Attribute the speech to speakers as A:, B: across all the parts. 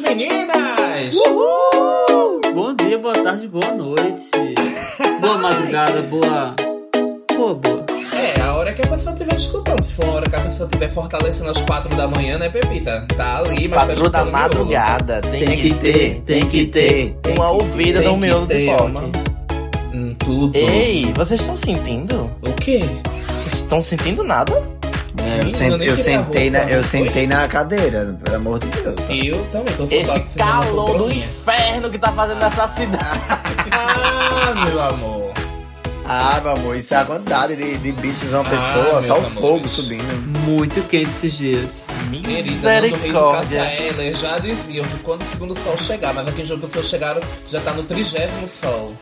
A: meninas!
B: Uhul! Bom dia, boa tarde, boa noite. Boa madrugada, boa. Pô, boa.
A: É, a hora que a pessoa estiver escutando. Se for uma hora que a pessoa estiver fortalecendo às quatro da manhã, né, Pepita? Tá ali, mas tá
C: Quatro
A: escutando
C: da
A: o miolo.
C: madrugada. Tem,
B: Tem
C: que ter, tem que ter.
A: tem
C: uma
A: que-
C: ouvida
A: tem
C: no
A: que
C: miolo do
A: ter uma-
C: pop.
A: Hum, tudo.
C: Ei, vocês estão sentindo?
A: O quê?
C: Vocês estão sentindo nada?
D: É, eu,
A: Menina,
D: sen-
A: eu nem
D: eu
A: queria
D: sentei,
A: roupa.
D: na, eu
A: Oi?
D: sentei na cadeira, pelo amor de Deus.
A: Eu também tô saudade de
C: Esse
A: sentar na
C: calor do
A: poltroninha.
C: inferno que tá fazendo nessa cidade.
A: Ah, meu amor.
D: Ah, meu amor, isso é a quantidade de, de bichos uma
A: Ah,
D: pessoa, só o
A: meus amores.
D: fogo subindo.
B: Muito quente esses dias.
A: Querida, Nando Reis e
C: Misericórdia.
A: Cassaela já diziam que quando o segundo sol chegar, mas aqui em Jogo do Sol chegaram, já tá no trigésimo sol.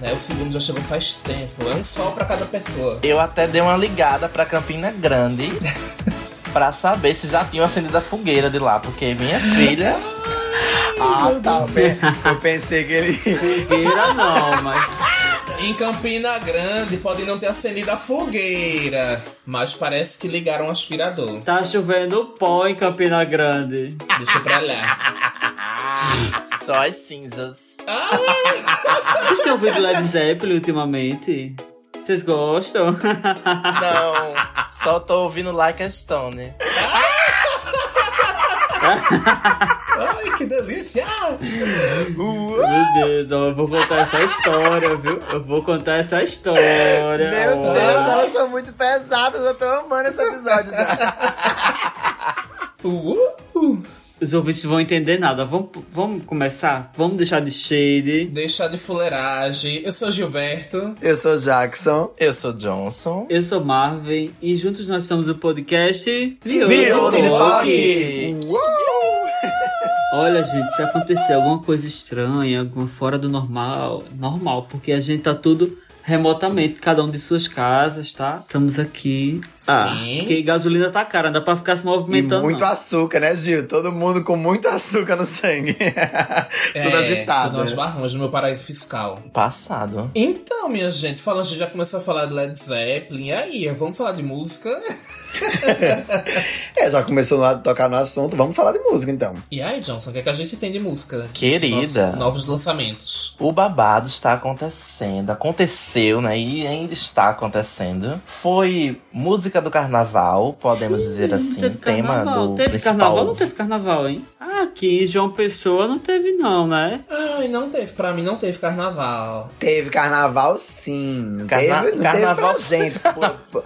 A: Né? O segundo já chegou faz tempo. É um sol pra cada pessoa.
C: Eu até dei uma ligada pra Campina Grande pra saber se já tinham acendido a fogueira de lá, porque minha filha.
D: Ah, tá. eu pe- Eu pensei que ele.
B: Fogueira não, mas.
A: Em Campina Grande podem não ter acendido a fogueira, mas parece que ligaram o aspirador.
B: Tá chovendo pó em Campina Grande.
A: Deixa pra lá.
C: Só as cinzas.
B: Vocês têm ouvido Led Zeppelin ultimamente? Vocês gostam?
C: Não, só tô ouvindo Like a Stone.
A: Ai, que delícia!
B: Meu Deus, ó, eu vou contar essa história, viu? Eu vou contar essa história.
D: Meu
B: ó.
D: Deus, elas são muito pesadas, eu tô amando esse episódio já.
A: Uh, uh.
B: Os ouvintes vão entender nada. Vamos, vamos começar? Vamos deixar de shade.
A: Deixa de fuleiragem. Eu sou Gilberto.
D: Eu sou Jackson.
C: Eu sou Johnson.
B: Eu sou Marvin e juntos nós somos o podcast Miolo
A: Miolo
B: do
A: do
B: Rock.
A: Rock.
B: Olha, gente, se acontecer alguma coisa estranha, alguma fora do normal, normal, porque a gente tá tudo remotamente, cada um de suas casas, tá? Estamos aqui.
C: Ah.
A: Sim.
B: porque gasolina tá cara, não dá pra ficar se
D: E
B: movimentando.
D: muito
B: não.
D: açúcar, né, Gil? Todo mundo com muito açúcar no sangue. É, Tudo agitado.
A: Tô
D: né?
A: nas É, barrões do meu paraíso fiscal.
C: Passado.
A: Então, minha gente, falando, a gente já começou a falar de Led Zeppelin. E aí, vamos falar de música?
D: É, já começou a tocar no assunto, vamos falar de música então.
A: E aí, Johnson, o que, é que a gente tem de música?
C: Querida.
A: Nossos Novos lançamentos.
C: O babado está acontecendo, aconteceu, né? E ainda está acontecendo. Foi música do carnaval, podemos dizer assim,
B: Teve
C: tema
B: carnaval.
C: do
B: Teve
C: principal.
B: carnaval? Não teve carnaval, hein? Ah, aqui em João Pessoa não teve, não, né?
A: Ai, não teve. Pra mim, não teve carnaval.
D: Teve carnaval, sim. Não
C: Carna-
D: teve, não
C: carnaval-
D: teve pra gente. Pô, pô,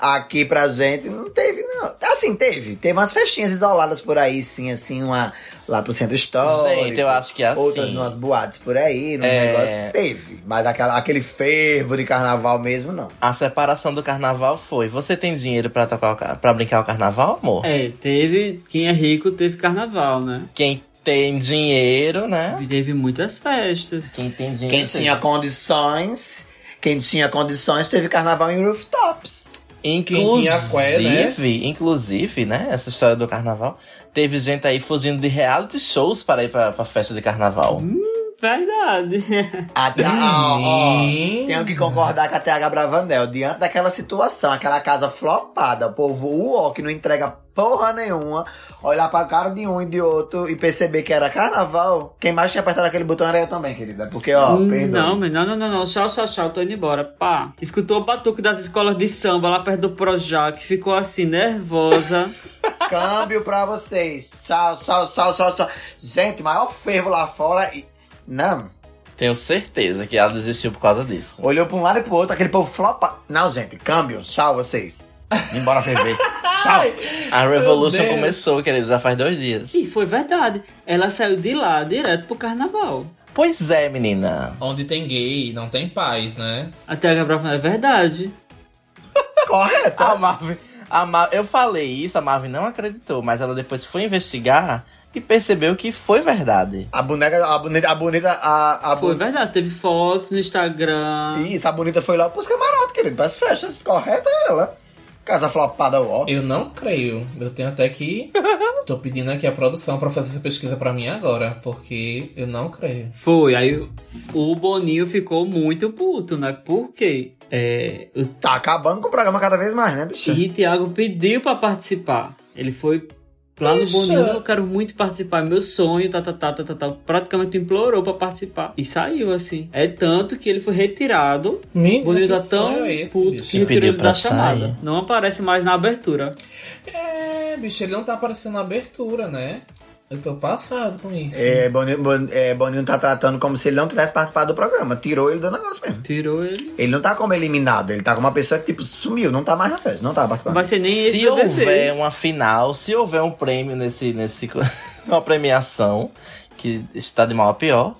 D: Aqui pra gente não teve, não. Assim, teve. Teve umas festinhas isoladas por aí, sim, assim, uma lá pro centro histórico.
C: Gente, eu acho que é assim.
D: Outras umas boates por aí, num
C: É.
D: negócio. Teve. Mas aquela- aquele fervo de carnaval mesmo, não.
C: A separação do carnaval foi: você tem dinheiro pra tocar o ca- pra brincar o carnaval, amor?
B: É, teve. Quem é rico teve carnaval, né?
C: Quem tem dinheiro, né?
B: E teve muitas festas.
C: Quem tem dinheiro.
D: Quem tinha condições. Quem tinha condições teve carnaval em rooftops.
C: Inclusive,
A: tinha aqué, né?
C: inclusive, né? Essa história do carnaval. Teve gente aí fugindo de reality shows para ir pra, pra festa de carnaval.
B: Verdade.
D: Até, ó, ó,
A: Menina.
D: tenho que concordar com a TH Bravanel. Diante daquela situação, aquela casa flopada, o povo uó, que não entrega porra nenhuma, olhar pra cara de um e de outro e perceber que era carnaval, quem mais tinha apertado aquele botão era eu também, querida. Porque, ó,
B: Hum,
D: perdão.
B: não, mas não, não, não, não. Tchau, tchau, tchau. Tô indo embora. Pá. Escutou o batuque das escolas de samba lá perto do Projac. Ficou assim, nervosa.
D: Câmbio pra vocês. Tchau, tchau, tchau, tchau, tchau. Gente, maior fervo lá fora e. Não.
C: Tenho certeza que ela desistiu por causa disso.
D: Olhou pra um lado e pro outro, aquele povo flopa. Não, gente, câmbio. Tchau, vocês.
C: Embora ferver. Tchau. A Revolution
A: Deus.
C: começou, querido, já faz dois dias.
B: e foi verdade. Ela saiu de lá direto pro carnaval.
C: Pois é, menina.
A: Onde tem gay, não tem paz, né?
B: Até a Gabriela falou, é verdade.
D: É Correto.
C: A Marvin, a Ma- eu falei isso, a Marvin não acreditou, mas ela depois foi investigar e percebeu que foi verdade.
D: A boneca, a bonita, a bonita, a, a
B: Foi
D: bonita.
B: verdade. Teve fotos no Instagram.
D: Isso, a bonita foi lá pros camarotes, querido, pras festas, correto é ela. Casa flopada, ó.
A: Eu não creio. Eu tenho até que. Tô pedindo aqui a produção pra fazer essa pesquisa pra mim agora, porque eu não creio.
B: Foi, aí o- o Boninho ficou muito puto, né? Porque é, o
D: Tá acabando com o programa cada vez mais, né, bicho?
B: Ti Thiago pediu pra participar. Ele foi Lá no
A: Bicha.
B: Boninho, eu quero muito participar, é meu sonho, tá, tá, tá, tá, tá, tá. Praticamente implorou pra participar. E saiu, assim. É tanto que ele foi retirado. O
A: Menino,
B: Boninho
A: que
B: tá tão
A: sonho é esse,
B: puto
A: bicho?
B: que retirou
C: Pediu
B: ele da
C: pra sair.
B: chamada. Não aparece mais na abertura.
A: É, bicho, ele não tá aparecendo na abertura, né? Eu tô passado com isso.
D: É, Boninho, Bon- é, Boninho tá tratando como se ele não tivesse participado do programa. Tirou ele do negócio mesmo.
B: Tirou ele.
D: Ele não tá como eliminado, ele tá como uma pessoa que, tipo, sumiu, não tá mais na festa, não tá
B: Não
D: participando.
B: vai ser nem esse
C: Se
B: BBB.
A: um
C: houver uma final, se houver um prêmio nesse, nesse uma premiação que está de mal a pior,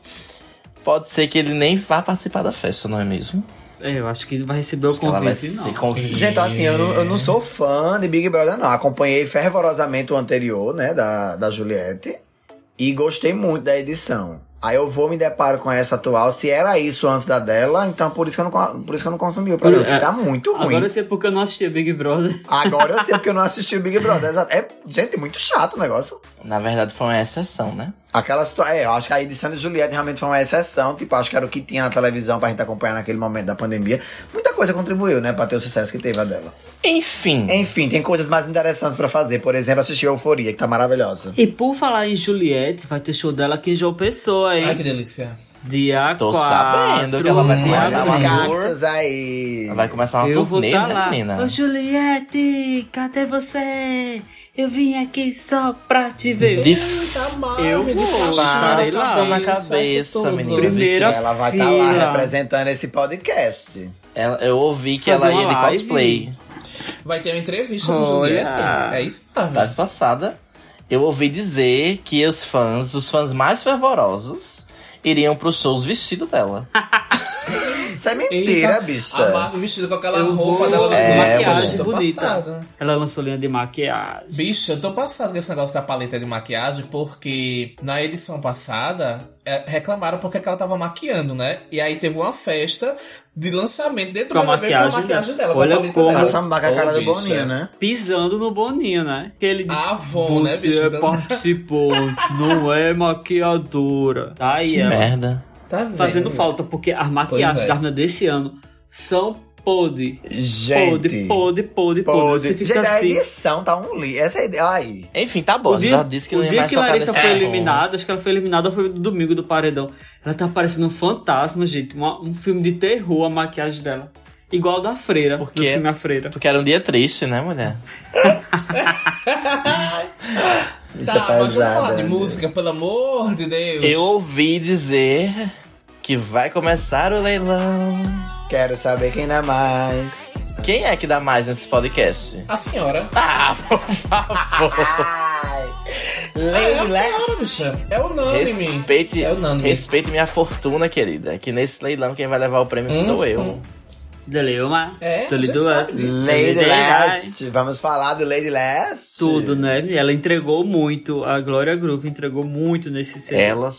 C: pode ser que ele nem vá participar da festa, não é mesmo?
B: É, eu acho que ele vai receber o
C: Acho que ela vai
B: convite, não.
C: ser convidada.
D: Gente, assim, eu não, eu não sou fã de Big Brother, não. Acompanhei fervorosamente o anterior, né, da, da Juliette. E gostei muito da edição. Aí eu vou me deparo com essa atual. Se era isso antes da dela, então por isso que eu não, co- por isso que eu não consumi o programa.
B: Por- é,
D: Tá muito ruim.
B: Agora eu sei porque eu não assistia Big Brother.
D: eu sei porque eu não assisti o Big Brother. Exato. É, gente, é muito chato o negócio.
C: Na verdade, foi uma exceção, né?
D: Aquela situação. É, eu acho que a edição de Juliette realmente foi uma exceção. Tipo, acho que era o que tinha na televisão pra gente acompanhar naquele momento da pandemia. Muita coisa contribuiu, né, pra ter o sucesso que teve a dela.
C: Enfim.
D: Enfim, tem coisas mais interessantes pra fazer. Por exemplo, assistir Euforia, que tá maravilhosa.
B: E por falar em Juliette, vai ter show dela aqui em João Pessoa, hein?
A: Ai, que delícia.
B: Dia
C: Tô
B: 4.
C: sabendo que ela vai
D: Mas
C: começar
B: dia
C: uma
D: as
C: Amor.
B: cinco.
D: cartas aí.
C: Ela Vai começar uma
B: Eu vou
C: turnê,
B: estar
C: né,
B: lá.
C: menina?
B: Ô Juliette, cadê você? Eu vim aqui só pra te ver.
C: De
A: Eita, Marvel,
B: Eu
A: de
B: vou,
A: falar,
B: estarei lá.
A: isso,
C: na
A: isso,
C: cabeça,
A: tudo.
C: menina.
B: Primeira
D: Ela vai estar lá
B: fila.
D: representando esse podcast.
C: Ela- eu ouvi que
B: Fazer
C: ela
B: uma
C: ia de
B: live.
C: cosplay.
A: Vai ter uma entrevista com
B: Olha.
A: Juliette. É isso, Marvel.
C: Tá passada. Eu ouvi dizer que os fãs, os fãs mais fervorosos, iriam pros shows vestido dela.
B: Ah,
D: Isso é
A: Eita,
D: mentira,
A: A
D: bicha.
A: Marvel vestida com aquela
B: Eu
A: roupa
B: vou-
A: dela da
B: É,
A: maquiagem.
B: mulher.
A: Tô
B: Bonita.
A: passada.
B: Ela lançou linha de maquiagem.
A: Bicho, eu tô passado com esse negócio da paleta de maquiagem, porque na edição passada é, reclamaram porque que ela tava maquiando, né? E aí teve uma festa de lançamento dentro
B: Com a
A: do BBB com a
B: maquiagem
A: maquiagem
B: dela.
A: dela. com a
B: Olha
A: paleta
B: como-
A: dela.
D: Ela sambaca é a cara
A: Ô,
D: do
A: bicha.
D: Boninho, né?
B: Pisando no Boninho, né? Que ele disse,
A: Avon, né,
B: você
A: bicho?
B: é participante, não é maquiadora. Tá aí
C: Que
B: ela.
C: merda.
A: Tá vendo?
B: Fazendo falta, porque as maquiagens
A: Pois é.
B: da Armin desse ano são podre. Podre,
D: Gente.
B: podre, podre, podre. Você
D: Podre.
B: fica
D: Gente,
A: é
D: a
B: assim.
D: edição tá um li. Essa é a ideia. Aí.
C: Enfim, tá bom.
B: O
C: a gente
B: dia,
C: já disse que não
B: o
C: ia
B: dia
C: mais
B: que
C: tocar
B: Larissa
C: nesse
B: foi
C: assunto.
B: eliminada, acho que ela foi eliminada, foi no domingo do Paredão. Ela tá parecendo um fantasma, gente. Uma- um filme de terror, a maquiagem dela. Igual da Freira,
C: Por
B: do
C: quê?
B: filme A Freira.
C: Porque era um dia triste, né, mulher?
D: Isso
A: Tá,
D: é
A: mas vamos falar
D: pesado.
A: de
D: né?
A: música, pelo amor de Deus.
C: Eu ouvi dizer que vai começar o leilão.
D: Quero saber quem dá mais.
C: Quem é que dá mais nesse podcast?
A: A senhora.
C: Ah, por favor.
A: É a
D: Leila.
A: senhora, bicha. É unânime.
C: Respeite,
A: É unânime.
C: respeite minha fortuna, querida. Que nesse leilão quem vai levar o prêmio
A: Hum,
C: sou eu.
A: hum.
B: Dele uma,
A: É, a
B: dele
A: gente
B: duas,
A: sabe disso.
B: dele
D: Lady
B: dez.
D: Last. Vamos falar do Lady Last.
B: Tudo, né? Ela entregou muito. A Glória Groove entregou muito nesse CD.
C: Ela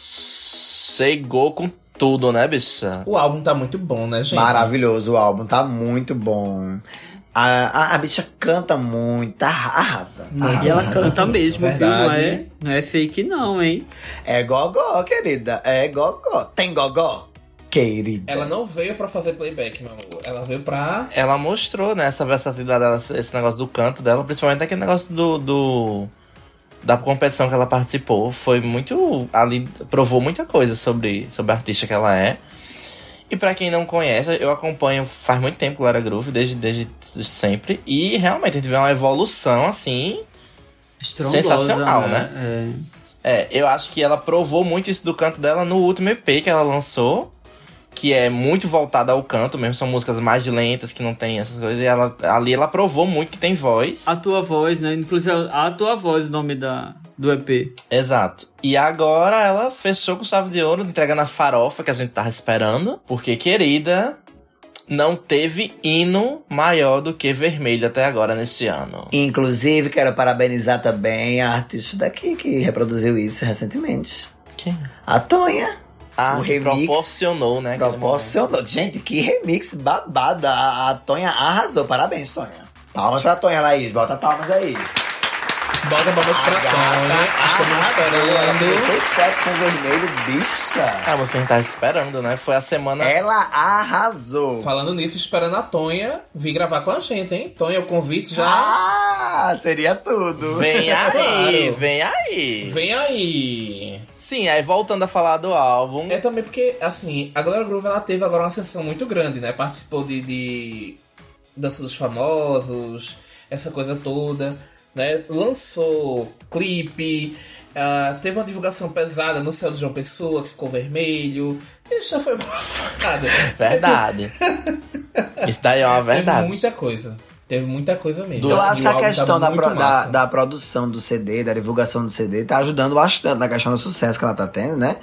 C: chegou com tudo, né, bicha?
A: O álbum tá muito bom, né, gente?
D: Maravilhoso o álbum, tá muito bom. A, a, a bicha canta muito, arra- arrasa. arrasa.
B: E ela canta mesmo, viu? Não é,
A: Ah, Verdade.
B: não é fake, não, hein?
D: É gogó, querida, é gogó. Tem gogó? Querida.
A: Ela não veio pra fazer playback, meu amor. Ela veio pra.
C: Ela mostrou, né, essa versatilidade dela, esse negócio do canto dela, principalmente aquele negócio do. do- da competição que ela participou. Foi muito. Ali provou muita coisa sobre, sobre a artista que ela é. E pra quem não conhece, eu acompanho faz muito tempo Clara Groove, desde, desde sempre. E realmente a gente vê uma evolução assim.
B: Estrondosa,
C: Sensacional,
B: É.
C: É, eu acho que ela provou muito isso do canto dela no último EP que ela lançou, que é muito voltada ao canto mesmo, são músicas mais lentas, que não tem essas coisas, e ela, ali ela provou muito que tem voz.
B: A tua voz, né? Inclusive, a tua voz, o nome da, do EP.
C: Exato. E agora ela fechou com chave de ouro, entregando a farofa que a gente tava esperando, porque, querida, não teve hino maior do que vermelho até agora neste ano.
D: Inclusive, quero parabenizar também a artista daqui que reproduziu isso recentemente.
C: Que...
D: A Tonha.
C: Ah,
D: O
C: que
D: remix-
C: proporcionou, né? aquele
D: Proporcionou. Gente, que remix babada. A, a Tonha arrasou. Parabéns, Tonha. Palmas pra Tonha, Laís. Bota palmas aí.
A: Bota palmas pra tá? Tony. Estamos esperando.
D: Começou o um set com vermelho, bicha.
C: É a música que a gente tá esperando, né? Foi a semana.
D: Ela arrasou.
A: Falando nisso, esperando a Tonha vir gravar com a gente, hein? Tonha, o convite já.
D: Ah, seria tudo.
C: Vem aí,
A: É Claro.
C: vem aí.
A: Vem aí!
C: Sim, aí voltando a falar do álbum.
A: É também porque, assim, a Glória Groove ela teve agora uma sessão muito grande, né? Participou de, de Dança dos Famosos, essa coisa toda, né? Lançou clipe, ah, teve uma divulgação pesada no céu de João Pessoa, que ficou vermelho. Isso já foi nada.
C: Verdade. Isso daí é uma
A: Teve
C: verdade.
A: muita coisa. Teve muita coisa mesmo.
D: Eu
A: Assim,
D: acho que
A: o
D: a
A: álbum tá
D: questão da,
A: muito
D: pro- da,
A: massa.
D: da produção do CD, da divulgação do CD, tá ajudando bastante na questão do sucesso que ela tá tendo, né?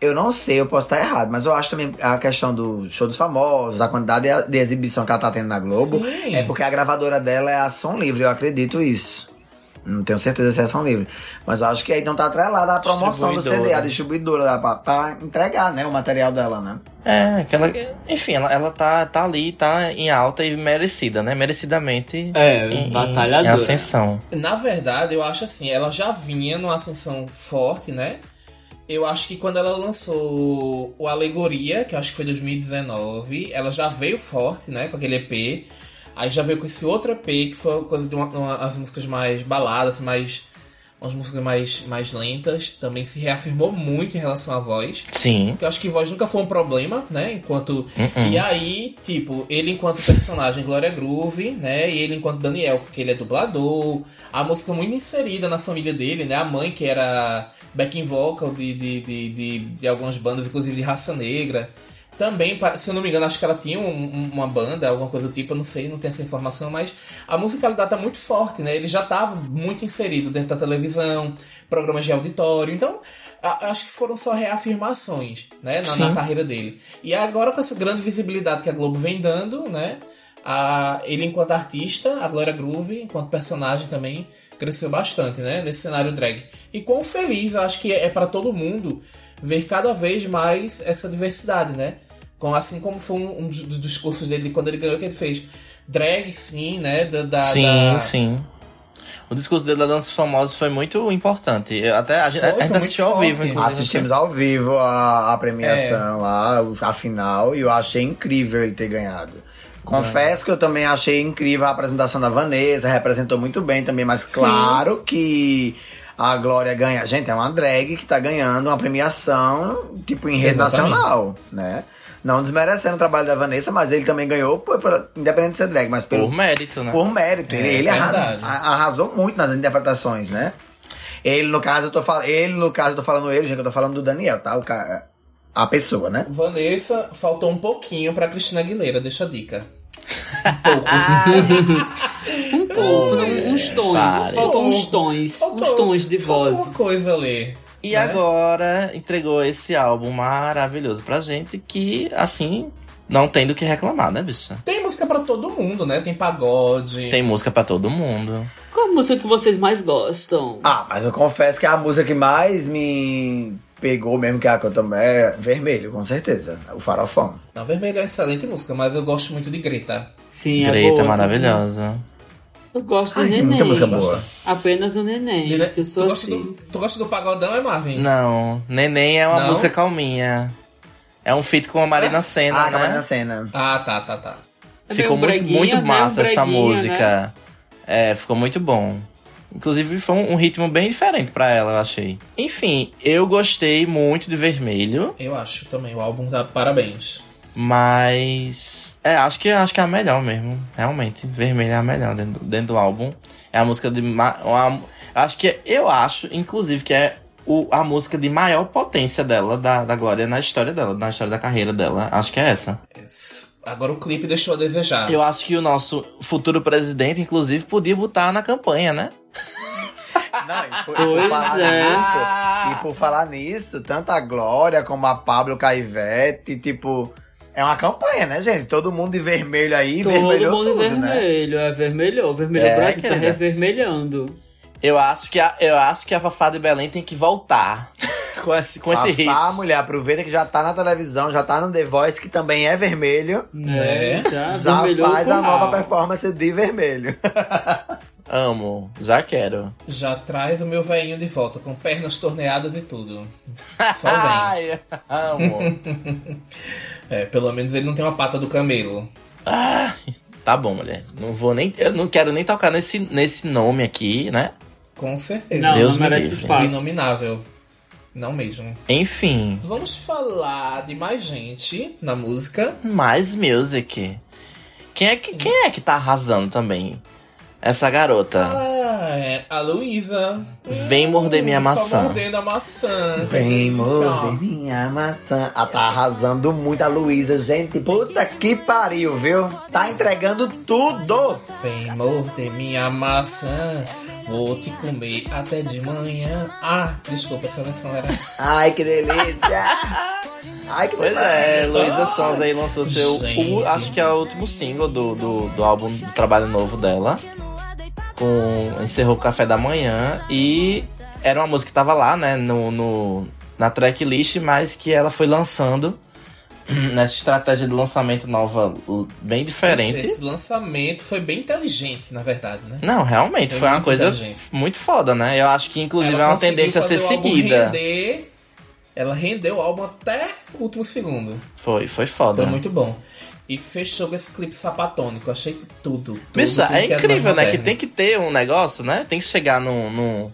D: Eu não sei, eu posso estar errado, mas eu acho também a questão do show dos famosos, a quantidade de- de exibição que ela tá tendo na Globo,
A: Sim.
D: é porque a gravadora dela é a Som Livre, eu acredito isso. Não tenho certeza se é a Som Livre. Mas eu acho que aí então tá atrelada a promoção do CD, a
C: Distribuidora.
D: distribuidora, da- pra, pra entregar, né, o material dela, né?
C: É, aquela. Enfim, ela, ela tá, tá ali, tá em alta e merecida, né? Merecidamente.
B: É,
C: em- em- Em
B: batalhadora.
C: ascensão.
A: Na verdade, eu acho assim, ela já vinha numa ascensão forte, né? Eu acho que quando ela lançou o Alegoria, que eu acho que foi 2019, ela já veio forte, né? Com aquele EP. Aí já veio com esse outro EP, que foi uma coisa de uma, uma- as músicas mais baladas, mais. umas músicas mais, mais lentas. Também se reafirmou muito em relação à voz.
C: Sim.
A: Porque eu acho que voz nunca foi um problema, né? Enquanto.
C: Uh-uh.
A: E aí, tipo, ele enquanto personagem Glória Groove, né? E ele enquanto Daniel, porque ele é dublador. A música muito inserida na família dele, né? A mãe que era backing vocal de, de, de, de, de algumas bandas, inclusive de raça negra. Também, pa- se eu não me engano, acho que ela tinha um- um- uma banda, alguma coisa do tipo, eu não sei, não tenho essa informação, mas a musicalidade tá muito forte, né? Ele já tava muito inserido dentro da televisão, programas de auditório, então a- acho que foram só reafirmações, né? Na, na
B: Sim.
A: carreira dele. E agora com essa grande visibilidade que a Globo vem dando, né? A, ele enquanto artista, a Glória Groove, enquanto personagem também, cresceu bastante, né? Nesse cenário drag. E quão feliz, eu acho que é, é para todo mundo ver cada vez mais essa diversidade, né? Com, assim como foi um, um dos dos discursos dele quando ele ganhou, que ele fez drag, sim, né? Da, da-
C: sim,
A: da-
C: sim. O discurso dele da Dança Famosa foi muito importante. Eu Até a gente,
A: Foi,
C: a gente
A: foi
C: assistiu
A: muito
C: ao vivo,
A: forte.
C: inclusive.
D: Assistimos ao vivo a, a premiação lá, a final, e eu achei incrível ele ter ganhado. Confesso que eu também achei incrível a apresentação da Vanessa, representou muito bem também, mas claro que a Glória ganha. Gente, é uma drag que tá ganhando uma premiação, tipo, em rede
A: Exatamente.
D: nacional, né? Não desmerecendo o trabalho da Vanessa, mas ele também ganhou, por- por- independente de ser drag, mas pelo,
C: Por mérito, né?
D: por mérito.
A: É,
D: ele ele arra-
A: verdade.
D: a- arrasou muito nas interpretações, né? Ele, no caso, eu tô falando. Ele, no caso, eu tô falando ele, gente. Eu tô falando do Daniel, tá? O ca... A pessoa, né?
A: Vanessa, faltou um pouquinho pra Cristina Aguilera, deixa a dica. Um pouco.
B: Um pouco, né? uns tons.
C: pare.
B: Faltam uns tons. Uns tons de
A: é. um, faltou um.
B: voz.
A: uma coisa ali.
C: E
A: né?
C: agora entregou esse álbum maravilhoso pra gente que, assim, não tem do que reclamar, né, bicho?
A: Tem música pra todo mundo, né? Tem pagode.
C: Tem música pra todo mundo.
B: Qual a música que vocês mais gostam?
D: Ah, mas eu confesso que a música que mais me pegou mesmo, que é a que eu tomo, é vermelho, com certeza. O farofão.
A: Na vermelha é uma excelente música, mas eu gosto muito de Greta.
B: Sim, é
C: Greta,
B: boa.
C: maravilhosa.
B: Eu gosto do
D: Ai, tem
B: neném.
D: muita música boa.
B: Apenas o neném.
A: Greta-
B: que
A: Né? tu,
B: eu sou
A: gosta
B: assim.
A: do, tu gosta do pagodão, é Marvin?
C: Não, Neném é uma
A: Não?
C: música calminha. É um feat com a Marina Senna,
D: Ah, acaba na
C: né?
D: cena.
A: Ah, tá, tá, tá.
B: É meio
C: Ficou muito,
B: breguinha,
C: muito
B: meio
C: massa essa
B: breguinha, né?
C: música. É, ficou muito bom. Inclusive, foi um um ritmo bem diferente pra ela, eu achei. Enfim, eu gostei muito de Vermelho,
A: Eu acho também, o álbum dá parabéns.
C: mas. É, acho que, acho que é a melhor mesmo. Realmente, Vermelho é a melhor dentro, do- dentro do álbum. É a música de. ma- uma- acho que. é, Eu acho, inclusive, que é o- a música de maior potência dela, da, da Glória, na história dela, na história da carreira dela. Acho que é essa.
A: Es- Agora o clipe deixou a desejar.
C: Eu acho que o nosso futuro presidente, inclusive, podia botar na campanha, né?
D: Não, e por,
B: Pois
D: por falar
B: é.
D: nisso, e por falar nisso, tanto a Glória como a Pablo Caivete, tipo, é uma campanha, né, gente? Todo mundo de vermelho aí,
B: Todo
D: vermelhou
B: mundo
D: tudo, né?
B: vermelho, é vermelho. O vermelho
C: É,
B: Brasil tá
C: querida.
B: revermelhando.
C: Eu acho que a, eu acho que a Fafá de Belém tem que voltar com esse, com esse hit.
D: Fafá, mulher, aproveita que já tá na televisão, já tá no The Voice, que também é vermelho.
B: Né?
A: Né?
B: Já,
D: já
B: vermelhou
D: faz
B: o
D: a nova
B: curral.
D: performance de vermelho.
C: Amo. Já quero.
A: Já traz o meu veinho de volta, com pernas torneadas e tudo. Só vem.
C: Ai, amo.
A: É, pelo menos ele não tem uma pata do camelo.
C: Ah, tá bom, mulher. Não vou nem. Eu não quero nem tocar nesse, nesse nome aqui, né?
A: Com certeza.
B: Não,
C: Deus
B: não
C: me
B: merece
C: livre.
A: O
B: espaço.
A: inominável. Não mesmo.
C: Enfim.
A: Vamos falar de mais gente na música.
C: Mais music. Quem é que, quem é que tá arrasando também? Essa garota.
A: Ah, é a Luísa.
C: Vem morder minha
A: Só
C: maçã.
A: mordendo a maçã.
D: Vem
A: Isso, ó.
D: morder minha maçã. Ah, tá arrasando muito a Luísa, gente. Puta que pariu, viu? Tá entregando tudo.
A: Vem morder minha maçã. Vou te comer até de manhã. Ah, desculpa, essa versão era.
D: Ai, que delícia. Ai, que
C: Pois é,
D: delícia.
C: Luísa Sonza aí lançou seu.
A: Gente.
C: o- acho que é o último single do, do, do álbum do trabalho novo dela. Com, encerrou o Café da Manhã. E era uma música que tava lá, né? No, no, na tracklist, mas que ela foi lançando nessa estratégia de lançamento nova o- bem diferente.
A: Esse lançamento foi bem inteligente, na verdade, né?
C: Não, realmente,
A: Foi
C: foi uma
A: muito
C: coisa
A: inteligente.
C: muito foda, né? Eu acho que inclusive é uma
A: conseguiu
C: tendência a ser
A: fazer o álbum
C: seguida.
A: render. ela rendeu o álbum até o último segundo.
C: Foi, foi foda.
A: Foi
C: né?
A: muito bom. E fechou com esse clipe sapatônico. Achei que tudo. tudo
C: Bicha,
A: tudo
C: é
A: que era
C: incrível,
A: mais
C: né? Que
A: moderno.
C: tem que ter um negócio, né? Tem que chegar num, num,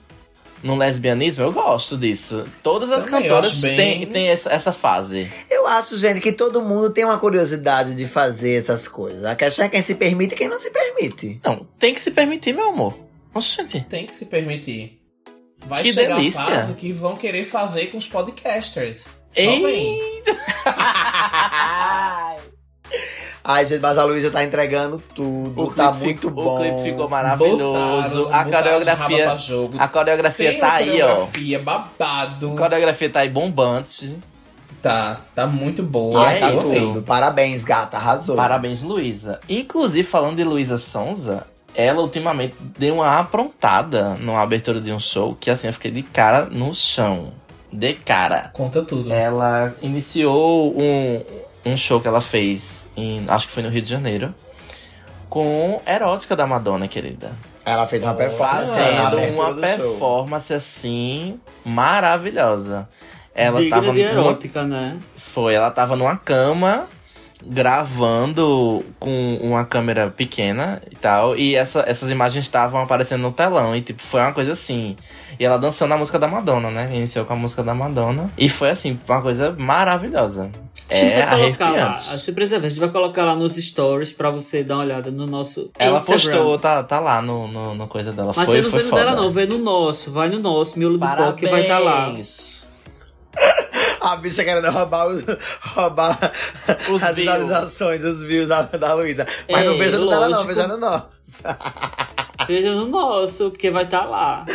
C: num lesbianismo. Eu gosto disso. Todas as
A: Também, eu
C: cantoras
A: acho bem-
C: têm têm essa, essa fase.
D: Eu acho, gente, que todo mundo tem uma curiosidade de fazer essas coisas. A questão é quem se permite e quem não se permite.
C: Não, tem que se permitir, meu amor. Oxente.
A: Tem que se permitir. Vai
C: Que
A: chegar
C: delícia.
A: a fase que vão querer fazer com os podcasters. Só
C: Ei.
A: bem.
D: Ai, gente, mas a Luísa tá entregando tudo. tá
C: clipe
D: muito
C: ficou-
D: bom.
C: O clipe ficou maravilhoso.
A: Botaram-
C: a
A: botaram de
C: coreografia.
A: raba pra jogo.
C: A coreografia
A: Tem
C: tá
A: uma
C: aí, ó.
A: coreografia babado.
C: A coreografia tá aí bombante.
A: Tá, tá muito boa. assim.
D: Ai,
C: é
D: tá
C: isso.
D: tudo. Parabéns, gata. Arrasou.
C: Parabéns, Luísa. Inclusive, falando de Luísa Sonza, ela ultimamente deu uma aprontada numa abertura de um show que assim eu fiquei de cara no chão. De cara.
A: Conta tudo.
C: É. Ela iniciou um, um show que ela fez, em, acho que foi no Rio de Janeiro, com Erótica da Madonna, querida.
D: Ela fez uma performance
A: Sim,
D: Ah, na
A: deu
C: Fazendo
D: abertura
C: uma
D: do show.
C: performance assim maravilhosa. Ela
B: Digna
C: tava
B: de
C: numa
B: erótica, né?
C: foi, ela tava numa cama gravando com uma câmera pequena e tal, e essa- essas imagens estavam aparecendo no telão, e tipo, foi uma coisa assim. E ela dançando a música da Madonna, né? Iniciou com a música da Madonna. E foi assim, uma coisa maravilhosa.
B: a gente
C: É
B: vai colocar lá. assim, A
C: arrepiante.
B: surpresa a gente vai colocar lá nos stories pra você dar uma olhada no nosso.
C: Ela
B: Instagram.
C: postou, tá, tá lá no, no, no coisa dela.
B: Mas você
C: foi,
B: não
C: foi
B: vê no
C: foda.
B: dela, não, vê no nosso, vai no nosso, miolo do pó que vai estar lá.
C: Parabéns.
D: A bicha querendo roubar, os, roubar
C: Os
D: as
C: views.
D: visualizações, os views da, da Luísa. Mas não
B: Ei,
D: veja no dela, não,
B: lógico.
D: veja no nosso.
B: Veja no nosso, porque vai estar lá.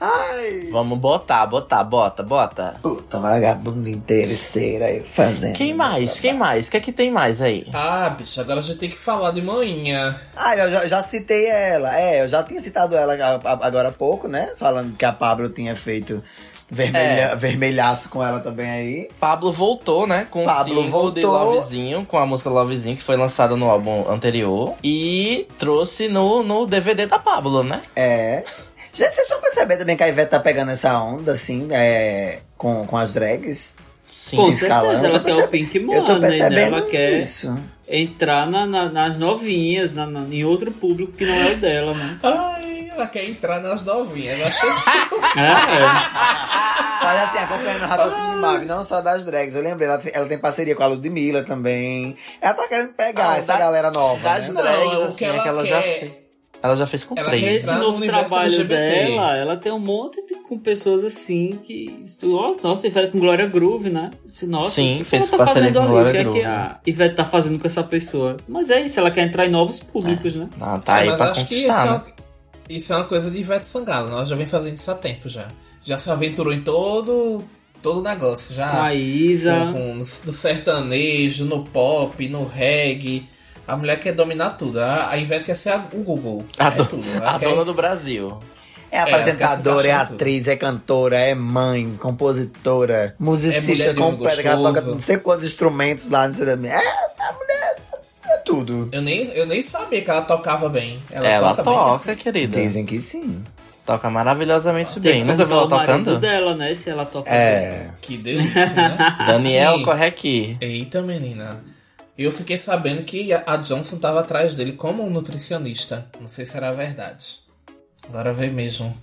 D: Ai.
C: Vamos botar, botar, bota, bota.
D: Puta vagabunda interesseira aí fazendo.
C: Quem mais? Quem mais? O que é que tem mais aí?
A: Ah, bicho, agora a gente tem que falar de manhã.
D: Ah, eu já, já citei ela. É, eu já tinha citado ela a- a- agora há pouco, né? Falando que a Pablo tinha feito vermelha-
C: É.
D: vermelhaço com ela também aí.
C: Pablo voltou, né? Com o
D: Pablo
C: single de
D: voltou.
C: Lovezinho, com a música Lovezinho, que foi lançada no álbum anterior. E trouxe no, no DVD da Pablo, né?
D: É. Gente, vocês vão perceber também que a Ivete tá pegando essa onda, assim, é, com, com as drags.
C: Sim.
B: Com
D: se escalando,
B: certeza, ela
D: eu tô
B: quer o Pink
D: eu tô
B: Money, né?
D: percebendo
B: Ela quer
D: isso.
B: entrar na- na- nas novinhas, na- na- em outro público que não é o dela, né?
A: Ai, ela quer entrar nas novinhas. né? Eu achei
B: É,
D: Olha assim, acompanhando o raciocínio de Mavi, não só das drags. Eu lembrei, ela, ela tem parceria com a Ludmilla também. Ela tá querendo pegar
C: Ah,
D: essa
C: da-
D: galera nova,
C: Das
D: né?
A: Não,
C: drags,
A: o que
C: assim, é
A: ela
C: que ela já
A: quer-
C: fez. Ela já fez com
A: Ela
B: é.
A: quer
C: três. né?
B: Esse
A: Entrar no
B: novo
A: universo
B: trabalho
A: LGBT.
B: dela, ela tem um monte de, com pessoas assim que. ó, Nossa, Ivete com Glória Groove, né? Disse, Nossa,
C: Sim,
B: o que
C: fez
B: ela tá
C: parceria
B: fazendo
C: com
B: ali?
C: Glória
B: o que é
C: Groove.
B: que a Ivete tá fazendo com essa pessoa? Mas é isso, ela quer entrar em novos públicos, né?
C: Ah, tá aí
A: mas
C: pra
A: acho que isso é,
C: conquistar, né?
A: uma, isso é uma coisa de Ivete Sangalo. Ela já vem fazendo isso há tempo já. Já se aventurou em todo todo o negócio. Já
B: Com a Isa.
A: Ah, é, com, com- no sertanejo, no pop, no reggae. A mulher quer dominar tudo. A, a Ivete quer ser a- o Google.
C: A,
A: É
C: do-
A: tudo. Ela
C: a
A: quer
C: dona do Brasil.
D: É apresentadora,
A: ela
D: é,
A: quer se encaixar em assim, tudo.
D: atriz, é cantora, é mãe, compositora, musicista
A: É mulher de homem
D: completa, que ela toca
A: gostoso.
D: não sei quantos instrumentos lá, não sei da minha. É, a mulher é tudo.
A: Eu nem, eu nem sabia que ela tocava bem. Ela,
C: Ela
A: toca, bem.
C: toca,
A: assim.
C: querida.
D: Dizem que sim.
C: Toca maravilhosamente
B: Você
C: bem. Nunca viu é
A: é
C: ela
B: perguntou
C: tá
B: ao marido
C: tocando?
B: dela, né? Se ela toca bem.
D: É.
A: Que delícia, né?
C: Daniel,
A: Sim.
C: corre aqui.
A: Eita, menina. Eu fiquei sabendo que a a Johnson tava atrás dele como um nutricionista. Não sei se era verdade. Agora vem mesmo.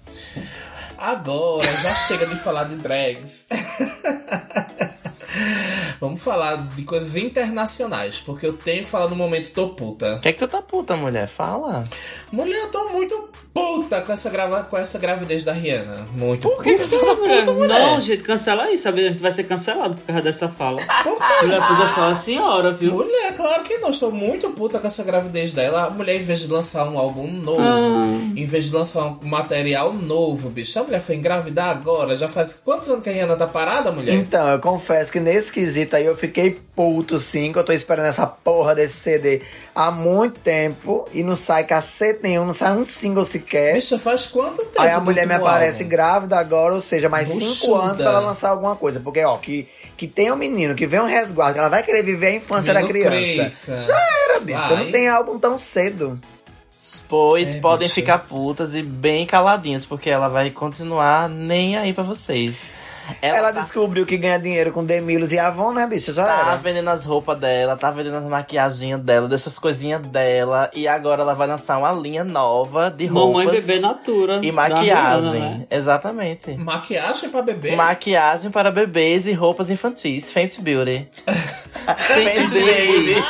A: Agora, já chega de falar de drags. Vamos falar de coisas internacionais, porque eu tenho que falar do momento tô puta.
C: O que é que tu tá puta, mulher? Fala.
A: Mulher, eu tô muito puta com essa, grava com essa gravidez da Rihanna. Muito
C: Por que
A: puta.
C: tu tá puta, mulher?
B: Não, gente, cancela isso. A gente vai ser cancelado por causa dessa fala.
A: Por quê?
B: Mulher, coisa só a senhora, viu?
A: Mulher, claro que não. Estou muito puta com essa gravidez dela. A mulher, em vez de lançar um álbum novo,
B: Ah.
A: em vez de lançar um material novo, bicho, a mulher foi engravidar agora. Já faz quantos anos que a Rihanna tá parada, mulher?
D: Então, eu confesso que nesse quesito aí eu fiquei puto, sim, que eu tô esperando essa porra desse CD há muito tempo e não sai cacete nenhum, não sai um single sequer.
A: Bicha, faz quanto tempo?
D: Aí a
A: do
D: mulher me
A: último
D: aparece
A: álbum?
D: grávida agora, ou seja, mais cinco
A: Buchuda.
D: anos pra ela lançar alguma coisa. Porque, ó, que, que tem um menino, que vem um resguardo, que ela vai querer viver a infância da
A: Menino é.
D: criança.
A: Cresça.
D: Cara, bicho,
A: Vai.
D: não tem álbum tão cedo.
C: Pois
A: É,
C: podem
A: bicha.
C: ficar putas e bem caladinhas, porque ela vai continuar nem aí pra vocês. Ela,
D: Ela,
C: tá,
D: descobriu que ganha dinheiro com Demilos e Avon, né, bicho? Já
C: tá
D: era.
C: vendendo as roupas dela, tá vendendo as maquiagens dela, deixa as coisinhas dela. E agora ela vai lançar uma linha nova de roupas
B: Mamãe bebê natura.
C: e
B: da
C: maquiagem.
B: Rihanna, né?
C: Exatamente.
A: Maquiagem pra bebê?
C: Maquiagem para bebês e roupas infantis. Fenty Beauty.
B: Fenty Baby. É Fenty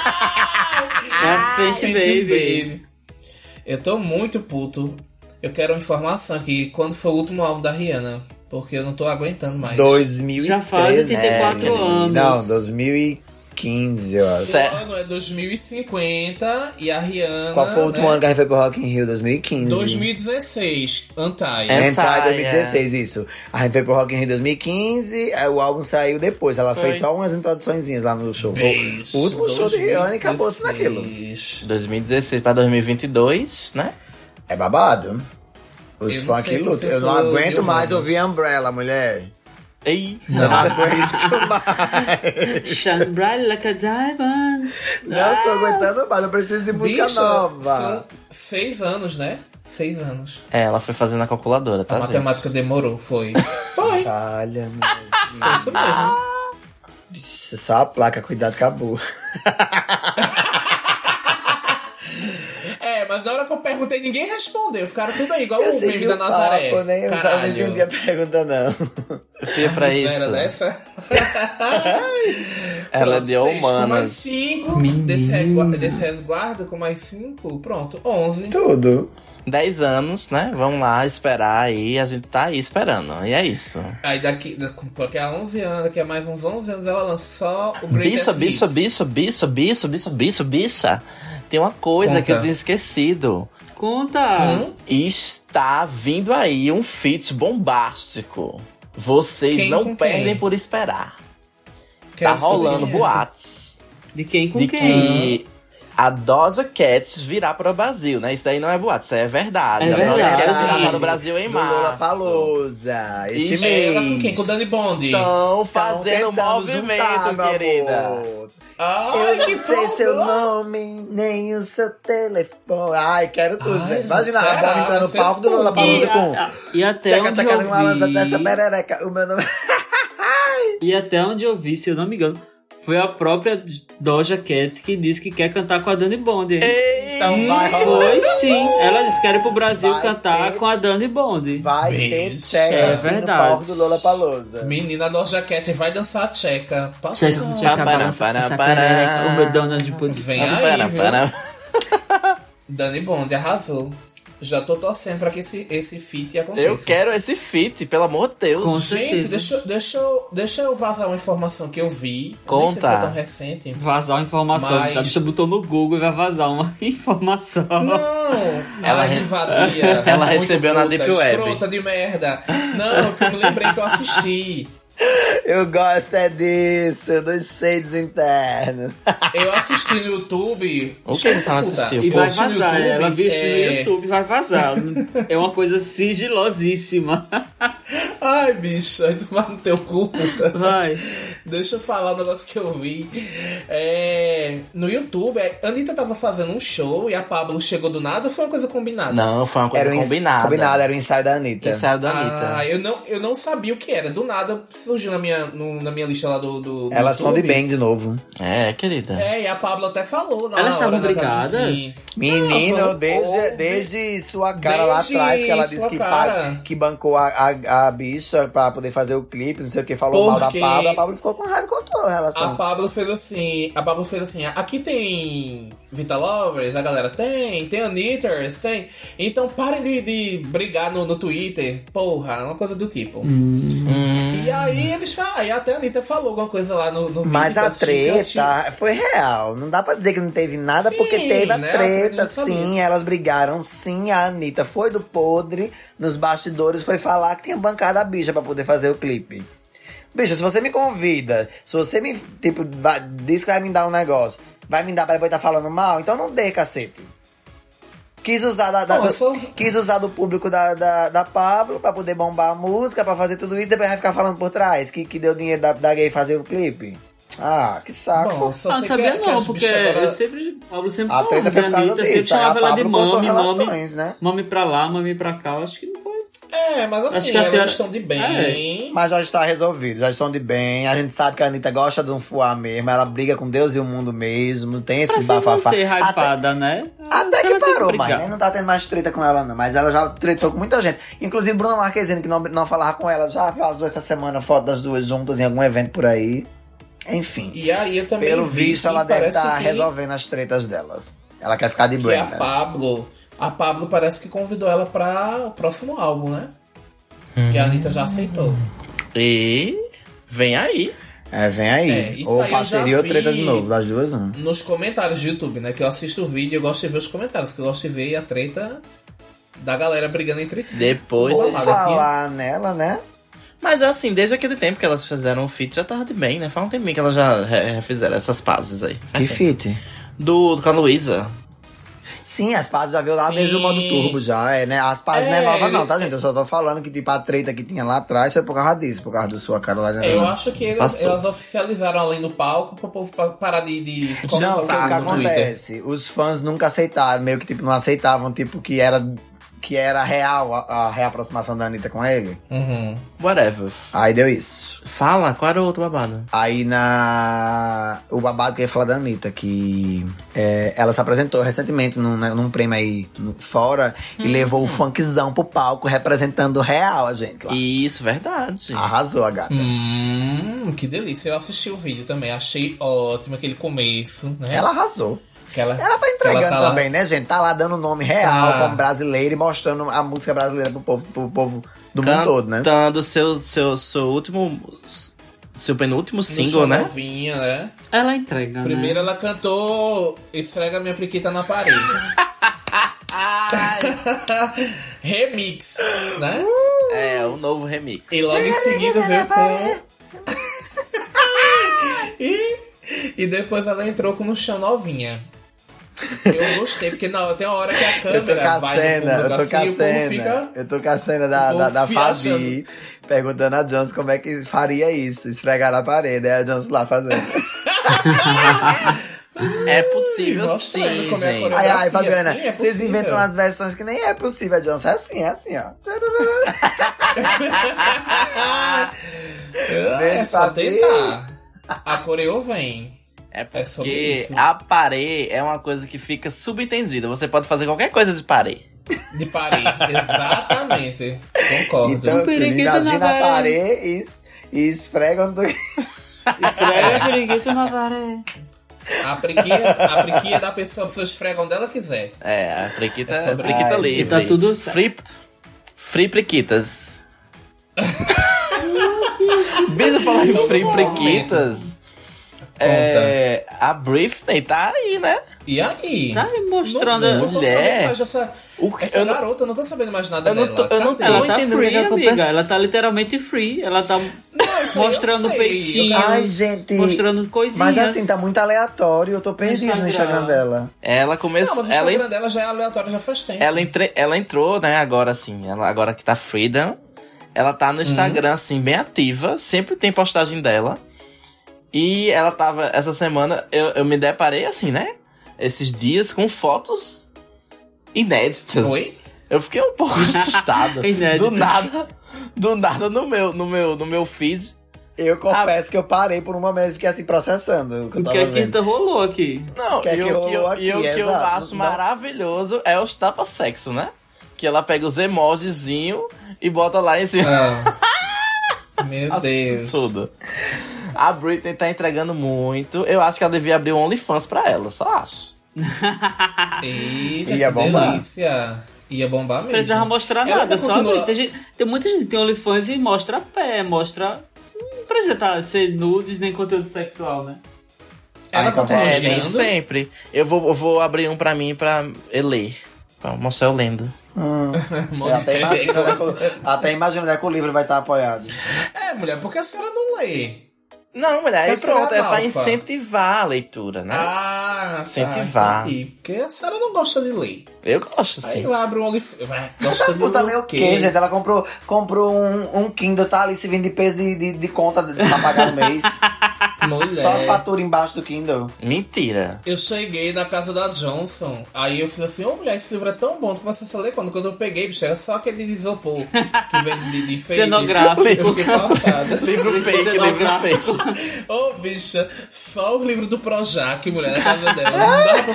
A: Ah, Gente,
B: Baby.
A: baby. Eu tô muito puto. Eu quero uma informação aqui. Quando foi o último álbum da Rihanna? Porque eu não tô aguentando mais.
D: 2013.
B: Já faz 84
D: né,
B: anos.
D: Não, 2015, eu acho.
A: Esse
C: Certo.
A: ano é 2050 e a Rihanna.
D: Qual foi o último
A: né,
D: ano que a gente foi pro Rock in Rio? 2015.
A: 2016, Antai.
C: É.
D: Hentai
C: Hentai,
D: 2016, isso. A gente foi pro Rock in Rio 2015, aí eh, o álbum saiu depois. Ela
C: Foi.
D: fez só umas introduçõezinhas lá no show.
A: Beijo,
D: o último show de Rihanna e acabou-se
A: 2016.
D: naquilo.
C: 2016 pra 2022, né?
D: É babado. Os
A: Eu não
D: funk
A: sei
D: lutam.
A: porque
D: Eu não
A: eu sou
D: aguento
A: de humanas.
D: mais ouvir Umbrella, mulher.
C: Ei,
D: Não, aguento mais.
B: Shine bright like a diamond.
D: Não tô aguentando mais. Eu preciso de música
A: Bicha,
D: nova.
A: São seis anos, né? Seis anos.
C: É, ela foi fazendo a calculadora, tá,
A: A
C: gente?
A: matemática demorou, foi. Foi,
D: Tá. Olha, meu
A: foi isso mesmo.
D: Deus. Só a placa, cuidado, acabou.
A: É, mas na hora que eu perguntei, ninguém respondeu. Ficaram tudo aí, igual
D: Eu
A: o meme
D: segui
A: da
D: o
A: Nazaré.
D: papo, né? Eu não
A: Caralho.
D: entendi a pergunta, não.
C: Eu ia pra
A: Zero
C: isso.
A: dessa?
C: Ela é
A: Pronto,
C: de
A: seis, Com mais
C: humanas.
A: cinco,
B: Menina.
A: desse resguardo, desse resguardo, com mais cinco, pronto, onze.
D: Tudo.
C: 10 anos, né? Vamos lá esperar aí. A gente tá aí esperando. E é isso.
A: Aí daqui, porque há 11 anos, daqui a mais uns 11 anos, ela lança só o Greatest
C: Bicha, bicha,
A: Hits.
C: bicha, bicha, bicha, bicha, bicha, bicha. Tem uma coisa
A: Conta.
C: que eu tinha esquecido.
B: Conta.
A: Hum?
C: Está vindo aí um feat bombástico. Vocês
A: Quem
C: não
A: com
C: perdem
A: quem?
C: por esperar.
A: Quero
C: tá rolando
A: saber.
C: boatos.
B: De quem com
C: de
B: quem?
C: que a Doja Cat virá para o Brasil, né? Isso daí não é boato, isso aí é verdade.
B: É
C: a Doja
B: verdade.
C: Cat virá para o Brasil em
D: Do Lula
C: março.
D: Palousa. Este
C: Ixi,
D: mês.
A: Ela com quem? Com o Dani Bond.
C: Estão
D: Tão
C: Então, fazendo
D: tentando
C: movimento,
D: juntar, meu
C: querida.
D: um amor.
A: Ai,
D: Eu
A: que
D: não sei
A: tudo!
D: seu nome, nem o seu telefone. Ai, quero tudo,
A: Ai,
D: velho. Imagina a
A: será?
D: bomba entrando no
A: Será?
D: palco do Lula
B: E,
D: Palousa com.
B: a- e até
D: Tchaca,
B: onde
D: tchaca,
B: eu
D: malanza, dessa
B: vi,
D: perereca. O meu nome
B: e até onde eu vi, se eu não me engano, foi a própria Doja Cat que disse que quer cantar com a Dani Bond. hein?
D: Então vai rolar.
B: Foi sim. Ela disse que era ir pro Brasil
D: Vai
B: cantar
A: é.
D: ter-
B: com a Dani Bond.
D: Vai ter
A: Bicho,
B: é
D: cheque assim no
B: verdade.
D: palco do Lula Palousa.
A: Menina, a Doja Cat vai dançar a tcheca. Passou.
B: Checa, checa,
C: Pará,
B: balança,
C: pará,
B: essa
C: pará.
B: perereca. O meu Donald Pudim.
A: Vem aí,
C: Para,
A: viu?
C: para.
A: Dani Bond, arrasou. Já tô torcendo pra que esse, esse feat aconteça.
C: Eu quero esse feat, pelo amor de
B: Com
C: Deus.
A: Gente,
B: certeza.
A: deixa, eu- deixa, eu, deixa eu vazar uma informação que eu vi. Nem sei se
C: Conta.
A: é tão recente.
B: Vazar uma informação.
A: Mas-
B: Já botou no Google e vai vazar uma informação.
A: Não!
C: Ela
A: Ela
C: re-
A: invadia.
C: Ela recebeu na Deep Web.
A: Escrota de merda. Não, que eu me lembrei que eu assisti.
D: Eu gosto é disso, dos shades internos.
A: Eu assisti no YouTube.
C: O que você não assistiu?
B: E vai
A: assisti no
B: vazar,
A: YouTube,
B: ela viu no
A: é,
B: YouTube, vai vazar. É uma coisa sigilosíssima.
A: Ai, bicho, aí tomar no teu cu, puta.
B: Vai.
A: Deixa eu falar um negócio que eu vi. É, no YouTube, a Anitta tava fazendo um show e a Pablo chegou do nada ou foi uma coisa combinada?
C: Não, foi uma coisa
D: Era um ens-
C: combinada.
D: Combinado, era o ensaio da Anitta.
C: Ensaio da Anitta.
A: Ah, eu não, eu não sabia o que era. Do nada surgiu na minha, no- na minha lista lá do. do, do
D: Elas são de
A: YouTube.
D: bem de novo.
C: É, querida.
A: É, e a Pablo até falou na
B: Elas estavam
A: hora, né, ela disse
B: brigadas?
A: assim,
D: Menino,
A: Não,
D: desde,
A: ouve.
D: desde sua cara
A: Desde
D: lá atrás, que ela disse
A: sua
D: que,
A: cara.
D: pa- que bancou a, a, a bicha pra poder fazer o clipe, não sei o que, falou mal da
A: Porque-
D: Pablo, a Pablo ficou com raiva e contou a
A: A
D: relação.
A: Pablo fez assim. A Pablo fez assim. Aqui tem Vita Lovers, a galera tem, tem Anitters, tem. Então parem de, de brigar no, no Twitter. Porra, uma coisa do tipo.
C: Hum,
A: E aí eles falam, aí até a Anitta falou alguma coisa lá no, no vídeo. assim,
D: Mas
A: que eu
D: a
A: assisti, que eu assisti.
D: treta foi real. Não dá pra dizer que não teve nada,
A: Sim,
D: porque teve a
A: né? A treta
D: treta,
A: a gente sabia.
D: sim. Elas brigaram, sim. A Anitta foi do podre, nos bastidores, foi falar que tinha bancado a bicha pra poder fazer o clipe. Bicha, se você me convida, se você me, tipo, vai- diz que vai me dar um negócio, vai me dar pra depois tá falando mal, então não dê, cacete. Quis usar, da, da-
A: Não, eu
D: do,
A: sou- um
D: quis usar do público da, da, da Pablo pra poder bombar a música, pra fazer tudo isso, depois vai ficar falando por trás que, que deu dinheiro da, da gay fazer o clipe. Ah, que saco.
A: Bom, só
B: Ah, não
A: sei
B: sabia
A: que, que
B: não,
A: as
B: porque
A: bichas agora-
B: eu sempre. Pablo sempre
D: a treta foi por
B: eu
D: causa
B: sempre
D: disso. Aí a
B: Então, assim, chamava ela de
D: Pablo contou
B: mami, mami.
D: relações, né?
B: Mami pra lá, mami pra cá. Eu acho que não foi.
A: É, mas assim,
B: Acho que é. a
A: elas
B: senhora-
A: estão de bem.
D: Mas já está resolvido, já estão de bem. A gente sabe que a Anitta gosta de um fuá mesmo. Ela briga com Deus e o mundo mesmo. Tem esses
B: Pra se
D: bafafá.
B: manter
D: Até,
B: Assim, hypada, né?
D: até que
B: Ela tem
D: parou, mas
B: brigar.
D: né? não tá tendo mais treta com ela, não. Mas ela já tretou com muita gente. Inclusive, Bruna Marquezine, que não, não falava com ela, já vazou essa semana foto das duas juntas em algum evento por aí. Enfim.
A: E aí eu também.
D: Pelo
A: vi
D: visto,
A: que
D: ela deve
A: parece
D: estar
A: que-
D: resolvendo né? as tretas delas. Ela quer ficar de
A: Que a
D: buenas.
A: Pablo. A Pablo parece que convidou ela pra o próximo álbum, né? E a Anitta já aceitou.
C: E vem aí.
D: É, vem
A: É,
D: aí.
A: isso
D: ou
A: aí eu já
D: parceria ou treta
A: vi.
D: de novo, das duas, um.
A: Nos comentários do YouTube, né? Que eu assisto o vídeo e eu gosto de ver os comentários, que eu gosto de ver a treta da galera brigando entre si.
C: Depois.
A: Boa.
D: Vou
A: Pois é.
D: falar nela, né?
C: Mas assim, desde aquele tempo que elas fizeram o feat, já tava de bem, né? Faz um tempinho que elas já re- refizeram essas pazes aí.
D: Que fit.
C: Do, do com a Luísa.
D: Sim, as pazes já veio lá
A: Sim.
D: desde o modo turbo já, é, né? As pazes não
A: É,
D: é nova não,
A: ele-
D: tá, gente? Eu só tô falando que, tipo, a treta que tinha lá atrás foi por causa disso, por causa do sua cara lá de
A: Eu
D: Elas-
A: acho que eles-
C: Passou.
A: elas oficializaram além do palco pro povo pa- parar de, de
D: Não, o que,
A: coçar
D: que acontece? Os fãs nunca aceitaram, meio que, tipo, não aceitavam, tipo, que era... Que era real a, a reaproximação da Anitta com ele.
A: Uhum.
C: Whatever.
D: Aí deu isso.
C: Fala, qual era o outro babado?
D: Aí na. O babado que eu ia falar da Anitta, que é, ela se apresentou recentemente num, né, num prêmio aí no- fora e
A: Hum.
D: levou o funkzão pro palco representando o real, a gente lá. Ah,
C: Isso, verdade.
D: Arrasou a gata.
A: Hum, que delícia. Eu assisti o vídeo também, achei ótimo aquele começo, né?
D: Ela arrasou.
A: Aquela...
D: Ela tá
A: que ela
D: entregando
A: tá lá-
D: também, né, gente? Tá lá dando o nome real
A: Tá.
D: como brasileira e mostrando a música brasileira pro povo, pro povo do mundo todo, né?
C: Cantando seu, seu, seu último. Seu penúltimo
A: no
C: single,
A: show
C: né?
A: Novinha, né?
B: Ela
D: Ah,
B: entrega.
A: Primeiro
B: né?
A: ela cantou Esfrega Minha Priquita na Parede. Remix, né?
C: É, o novo remix.
A: E logo em seguida veio com. e, e depois ela entrou com no chão novinha. Eu gostei, porque na, tem uma hora que a
D: Eu tô com
A: câmera
D: a
A: vai
D: cena,
A: no
D: eu
A: público
D: tô
A: assim, e
D: com a
A: o povo
D: cena.
A: fica.
D: Eu tô com a cena da,
A: o
D: da,
A: povo
D: da
A: fica
D: Fabi perguntando a Jones como é que faria isso, esfregar na parede. Aí a Jones lá fazendo.
C: É possível
A: Mostrando
C: sim,
A: como é a
C: gente.
A: coreografia.
D: Ai, ai,
A: assim,
D: Fabiana,
A: assim é
D: vocês
A: possível.
D: inventam umas versões que nem é possível, Jones. É assim, é assim, ó.
A: É
D: Vem,
A: "Ah, é só
D: Fabi.
A: tentar. A coreo vem.
C: É
A: É sobre
C: porque
A: isso.
C: a parê é uma coisa que fica subentendida. Você pode fazer qualquer coisa de parê.
A: De Paris. Exatamente. Concordo.
D: Então, filho,
B: Periquito
D: imagina
B: na
D: a parede e, es- e esfregam do.
B: Esfrega a
A: É.
B: periquita na parede.
A: A priquinha, a priquinha da pessoa, as pessoas esfregam onde ela quiser.
C: É, a prequita,
A: É sobre
C: prequita
D: isso.
C: livre.
B: E tá tudo certo.
C: Free, free prequitas. Beijo falar em
A: Novo
C: free
A: movimento.
C: prequitas. É, a Britney tá aí, né?
A: E aí?
B: Tá aí mostrando.
A: Nossa, eu não tô
C: Mulher.
A: sabendo mais dessa,
C: O que-
A: essa
C: eu não-
A: garota, eu não tô sabendo mais nada
C: eu não
A: dela.
C: tô- eu não
A: Cadê?
B: Ela
C: tô
B: tá
C: entendendo o
B: free,
C: que
B: amiga.
C: acontece.
B: Ela tá literalmente free. Ela tá
A: Não, isso aí eu
B: mostrando
A: sei.
B: peitinho.
D: Ai, gente.
B: mostrando coisinhas.
D: Mas assim, tá muito aleatório. Eu tô perdido no
B: Instagram.
D: Instagram dela.
C: Ela
A: Eu- Não,
C: começou.
A: mas o
C: Ela,
A: Instagram dela já é aleatório, já faz tempo.
C: ela, entre- ela entrou, né? Agora assim, ela, agora que tá
D: Uhum.
C: freedom, ela tá no Instagram, assim, bem ativa. Sempre tem postagem dela. E ela tava, essa semana, eu, eu me deparei assim, né? Esses dias com fotos inéditas.
A: Oi?
C: Eu fiquei um pouco assustado.
B: Inéditas.
C: Do nada, do nada no meu, no meu, no meu feed.
D: Eu confesso que eu parei por um momento e fiquei assim processando o que eu
B: O
D: tava
B: que é que
D: vendo.
B: Ah. tá- rolou aqui?
C: Não,
D: que é
C: e
D: que
C: o que eu,
D: rolou
C: e o
D: aqui,
C: que eu
D: exato.
C: acho
D: Não-
C: maravilhoso é os tapa-sexo, né? Que ela pega os emojizinho e bota lá em cima.
A: Ah. Meu Deus.
C: Tudo. A Britney tá entregando muito. Eu acho que ela devia abrir um OnlyFans pra ela, só acho.
A: Eita,
D: Ia
A: que
D: bombar.
A: delícia. Ia bombar mesmo.
B: Precisava mostrar
A: Ela
B: nada,
A: ainda
B: só
A: continua-
B: abrir. Tem, gente- tem muita gente que tem OnlyFans e mostra pé, mostra. Não precisa tá, ser nudes nem conteúdo sexual, né?
A: Ela
D: Ah, então
A: continua
D: vai.
C: É, nem
A: girando.
C: sempre. Eu vou, eu vou abrir um pra mim pra eu ler. Pra mostrar eu lendo.
D: Ah. Eu até imagino, né,
A: Nossa.
D: que o- até imagino né, que o livro vai estar apoiado.
A: É, mulher, porque a senhora não lê.
C: Não, mulher, aí
A: Quer ser
C: pronto, é pra
A: analfa.
C: incentivar a leitura, né?
A: Ah, tá,
C: Incentivar.
A: entendi. Porque a senhora não gosta de ler.
C: Eu gosto,
A: Aí
C: sim.
A: eu abro o OnlyFans. Mas Gosta
D: Essa
A: de
D: puta leu tá o quê, gente? Ela comprou, comprou um, um Kindle, tá ali se vindo de peso de, de, de conta de- pra pagar o mês.
A: Mulher.
D: tá Só
B: É.
D: as faturas embaixo do Kindle.
C: Mentira.
A: Eu cheguei na casa da Johnson, aí eu fiz assim, ô mulher, esse livro é tão bom, tu começa a ler quando, quando eu peguei, bicho, era só aquele de isopor que vem de, de fake.
B: Cenográfico.
A: Eu fiquei passada.
C: Livro fake, livro fake.
B: Cenográfico.
A: Ô, bicha, só o livro do Projac, mulher, na casa dela. Não dava pra,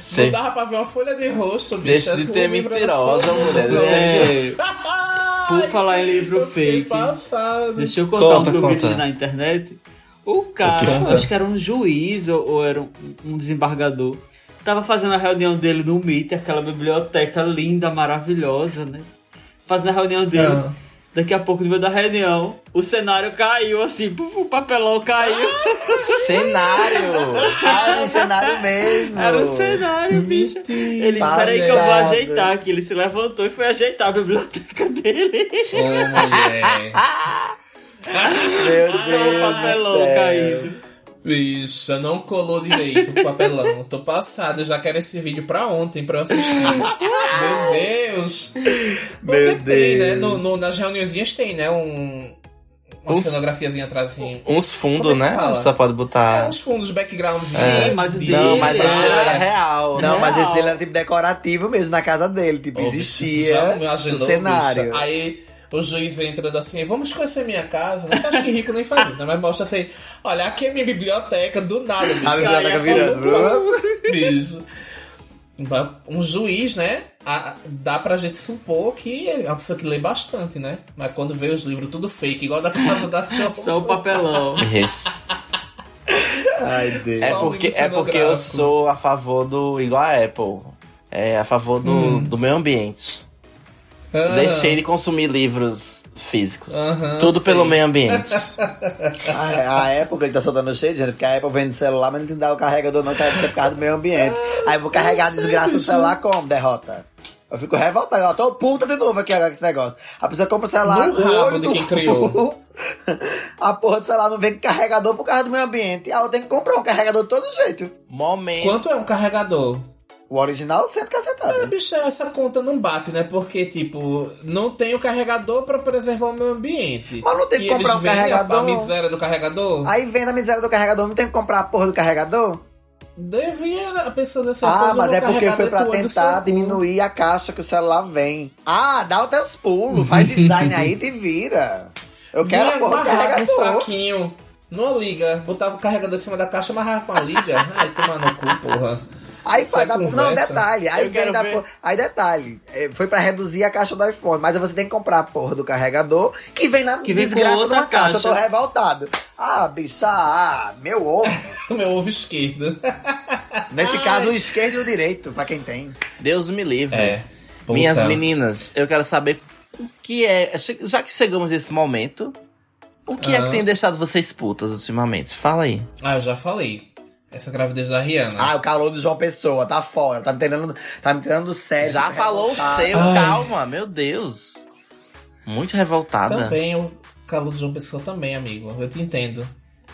C: Sim.
A: não dava pra ver uma folha de rosto, bicha.
C: Deixa de
A: O
C: ter
A: livro era só
C: mentirosa,
A: isso.
C: mulher.
B: É,
A: Ai,
B: por falar em livro
A: eu fiquei
B: fake.
A: passada.
B: Deixa eu contar
C: Conta,
B: um que eu
C: conta.
B: vi na internet. O cara,
A: Conta.
B: acho que era um juiz ou, ou era um, um desembargador, tava fazendo a reunião dele no MIT, aquela biblioteca linda, maravilhosa, né? Fazendo a reunião dele.
A: Ah.
B: Daqui a pouco, no meio da reunião, o cenário caiu, assim, puf, o papelão caiu.
C: Cenário.
D: Ah, é um cenário mesmo.
B: Era o cenário, bicho. Ele, peraí que eu vou
D: Passado.
B: ajeitar aqui. Ele se levantou e foi ajeitar a biblioteca dele.
A: Ô, mulher.
D: Meu Deus.
B: o papelão
D: do céu.
B: caindo.
A: Bicha, não colou direito o papelão. Tô passada, eu já quero esse vídeo pra ontem, pra eu assistir. Meu Deus!
C: Meu
A: Tem, né?
C: Deus.
A: no- no- nas reuniãozinhas tem, né? Um, uma
C: Uns-
A: cenografiazinha atrás, assim.
C: Uns fundos,
A: Como é que
C: né?
A: fala?
C: Você pode
A: É, um
C: botar.
A: uns fundos, backgrounds.
B: É, mas o dele
C: Não, mas esse
B: é-
C: era real.
D: Não,
C: né?
D: mas esse
B: Real.
D: dele era tipo decorativo mesmo, na casa dele. Tipo, existia o cenário.
A: Aí o juiz entra assim, vamos conhecer minha casa. Não acho que rico nem faz isso, né? Mas mostra assim, olha, aqui é minha biblioteca, do nada, bicho.
D: A biblioteca
A: Aí é só
D: virando.
A: loucura, bicho. Um juiz, né? a- dá pra gente supor que é uma pessoa que lê bastante, né? Mas quando vê os livros tudo fake, igual da casa da Johnson.
B: Só o papelão.
C: Yes.
D: Ai, Deus.
C: É
A: Só
C: porque,
A: livro
C: é porque eu
A: cenográfico.
C: sou a favor do. igual a Apple. É a favor do,
A: Hum.
C: do meio ambiente.
A: Ah,
C: Deixei de consumir livros físicos.
A: Aham,
C: Tudo
A: sei.
C: pelo meio ambiente.
D: A, a Apple que ele tá soltando cheio de dinheiro, porque a Apple vende celular, mas não dá o carregador, não, que é por causa do meio ambiente. Aí eu vou carregar a desgraça do celular como, derrota? Eu fico revoltado, eu tô puta de novo aqui agora com esse negócio. A pessoa compra o celular,
A: No
D: o
A: rabo
D: olho
A: de
D: do
A: quem criou.
D: cu. A porra do celular não vem com carregador por causa do meio ambiente. Ah, eu tenho que comprar um carregador de todo jeito.
C: Momento.
A: Quanto é um carregador?
D: O original é sempre
A: Ah,
D: cacetado.
A: bicho, essa conta não bate, né? Porque, tipo, não tem o carregador pra preservar o meio ambiente.
D: Mas não tem que
A: E eles
D: comprar um
A: vendem a-
D: carregador.
A: A miséria do carregador?
D: Aí vem na miséria do carregador, não tem que comprar a porra do carregador?
A: Devia a pessoa assim, dessa
D: Ah, mas é porque foi pra tentar diminuir a caixa que o celular vem. Ah, dá os teus pulos, faz design aí e vira. Eu quero a porra do
A: um
D: carregador.
A: saquinho. Numa liga, botava o carregador em cima da caixa, amarrava com a liga. Ai, toma no cu, porra.
D: Aí faz
A: Essa
D: a porra. Não,
A: conversa.
D: detalhe. Aí
C: Eu
D: vem
C: quero
D: da
C: ver.
D: porra. Aí detalhe. é, Foi pra reduzir a caixa do iPhone. Mas aí você tem que comprar a porra do carregador que vem na
B: Que vem com
D: desgraça de uma
B: outra
D: caixa. Eu
B: caixa.
D: tô revoltado. Ah, bicha, ah, meu ovo.
A: Meu ovo esquerdo.
D: Nesse caso, o esquerdo e o direito, pra quem tem.
C: Deus me livre.
D: É,
A: Puta.
C: Minhas meninas, eu quero saber o que é. Já que chegamos nesse momento, o que é
A: Ah.
C: que tem deixado vocês putas ultimamente? Fala aí.
A: Ah, eu já falei. Essa gravidez da Rihanna.
D: Ah, o calor do João Pessoa, tá fora. Tá me tirando, tá me tirando do sério.
C: Já
D: tô
C: falou o
D: revoltado.
C: seu,
A: Ai.
C: calma, meu Deus. Muito revoltada.
A: Também, o calor de João Pessoa também, amigo. Eu te entendo.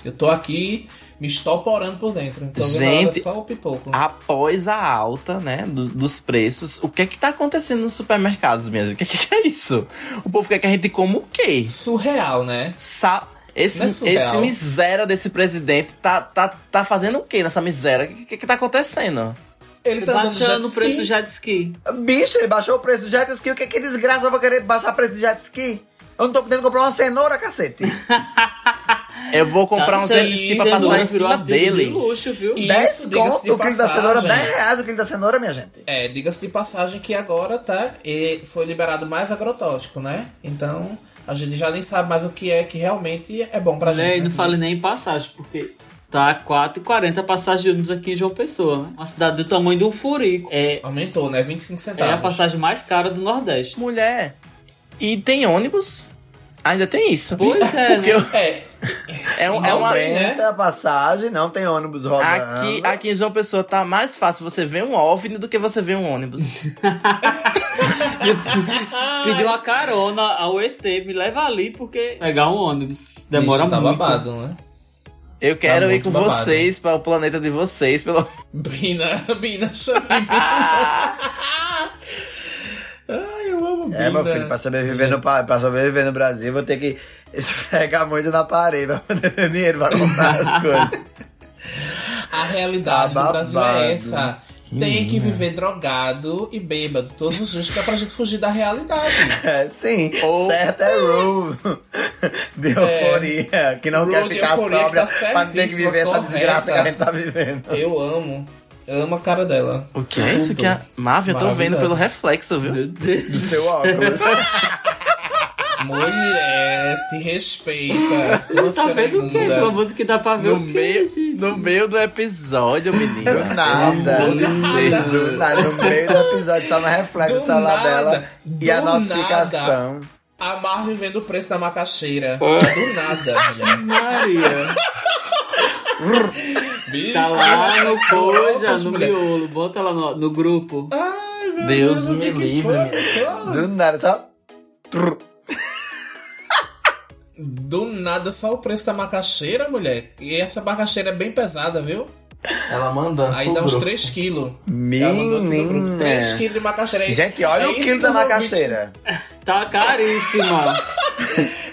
A: Eu tô aqui me estoporando por dentro. Tô vendo
C: Gente,
A: agora só o pipoco.
D: Ah.
C: Após a alta, né, do- dos preços, o que é que tá acontecendo nos supermercados, minha gente? O que é que é isso? O povo quer que a gente coma o quê?
A: Surreal, né?
C: Sa Esse,
A: Não é surreal.
C: esse miséria desse presidente tá, tá, tá fazendo o quê nessa miséria? O que, que, que tá acontecendo?
A: Ele tá
B: Baixando
A: dando
B: o preço do
A: já.
B: jet ski.
D: Bicho, ele baixou o preço do jet ski. O que, é que desgraça eu vou querer baixar o preço do jet ski? Eu não tô podendo comprar uma cenoura, cacete.
C: Eu vou comprar um
B: Tá,
C: jet ski pra
B: cenoura
C: passar em
B: virou
C: cima
B: apelido de
C: dele.
B: luxo, viu?
A: E- Isso,
D: 10
A: diga-se
D: conto
A: de
D: o quilo da
A: passagem.
D: cenoura, 10 reais o quilo da cenoura, minha gente.
A: É, diga-se de passagem que agora tá. e foi liberado mais agrotóxico, né? Então a gente já nem sabe mais o que é que realmente é bom pra
B: Véi,
A: gente.
B: não
A: né?
B: fale nem em passagem, porque tá 4,40 a passagem de ônibus aqui em João Pessoa, né? Uma cidade do tamanho de um furico. É,
A: Aumentou, né? 25
B: é
A: centavos.
B: a passagem mais cara do Nordeste.
C: Mulher. E tem ônibus? Ainda tem isso. Então,
B: Pois é,
C: Porque
B: né?
C: eu-
A: É,
C: é, um, é
D: Não
C: uma.
D: tem
A: né?
D: passagem, não tem ônibus rodando.
C: Aqui, aqui em João Pessoa tá mais fácil você ver um OVNI do que você ver um ônibus.
B: Pedi uma carona ao ET, me leva ali, porque pegar um ônibus demora
A: bicho, tá
B: muito.
A: babado, né?
C: Eu quero ir
A: Tá muito
C: com
A: babado.
C: vocês para o planeta de vocês, pelo
A: Bina, Bina, chame Bina. Ai, eu amo Bina.
D: É, meu filho, pra sobreviver, no, pa- pra sobreviver no Brasil, vou ter que esfregar muito na parede pra poder ter dinheiro pra comprar as coisas.
A: A realidade
D: Tá
A: do Brasil
D: babado.
A: é essa. Tem que viver drogado e bêbado todos os dias, que é pra gente fugir da realidade.
D: É, sim,
C: Ou-
D: certo é rule de euforia, que
A: É.
D: não
A: Rule
D: quer
A: de
D: ficar
A: euforia que
D: sóbria
A: tá
D: pra não ter que
A: certíssima,
D: viver essa
A: correta.
D: desgraça que a gente tá vivendo.
A: Eu amo. Eu amo a cara dela.
C: O que é isso
A: Tudo.
C: que a Marvel eu tô vendo
A: Maravilhosa.
C: pelo reflexo, viu?
B: Meu Deus.
D: Do seu óculos.
A: Mulher, te respeita. Você
B: Tá vendo o quê?
A: bunda.
B: Pelo amor que dá pra ver
C: No
B: o quê,
C: meio,
B: gente?
C: no meio do episódio, menino.
D: Do nada. Do nada. No meio do episódio, só no reflexo
A: Do
D: do celular
A: nada.
D: dela e a
A: Do nada.
D: notificação.
A: A Marvel vendo o preço da
B: É.
A: macaxeira. Do nada,
B: Tá
A: mulher.
B: Maria.
A: Bicho,
B: Tá lá no coisa,
A: outras
B: no
A: mulheres.
B: miolo. Bota lá no, no grupo.
A: Ai, meu
C: Deus
A: eu
C: me
A: fiquei
C: livre.
A: pânico.
D: Do nada, só. Trrr.
A: Do nada, só o preço da macaxeira, mulher. E essa macaxeira é bem pesada, viu?
C: Ela
B: Tá
C: mandando.
A: Aí dá uns 3 quilos.
D: Menina.
A: 3 um quilos de macaxeira. É isso-
D: Gente, olha
A: é
D: o
A: isso
D: quilo
A: que
D: da
A: os ouvintes-
D: macaxeira.
B: Tá caríssima.
A: Ah,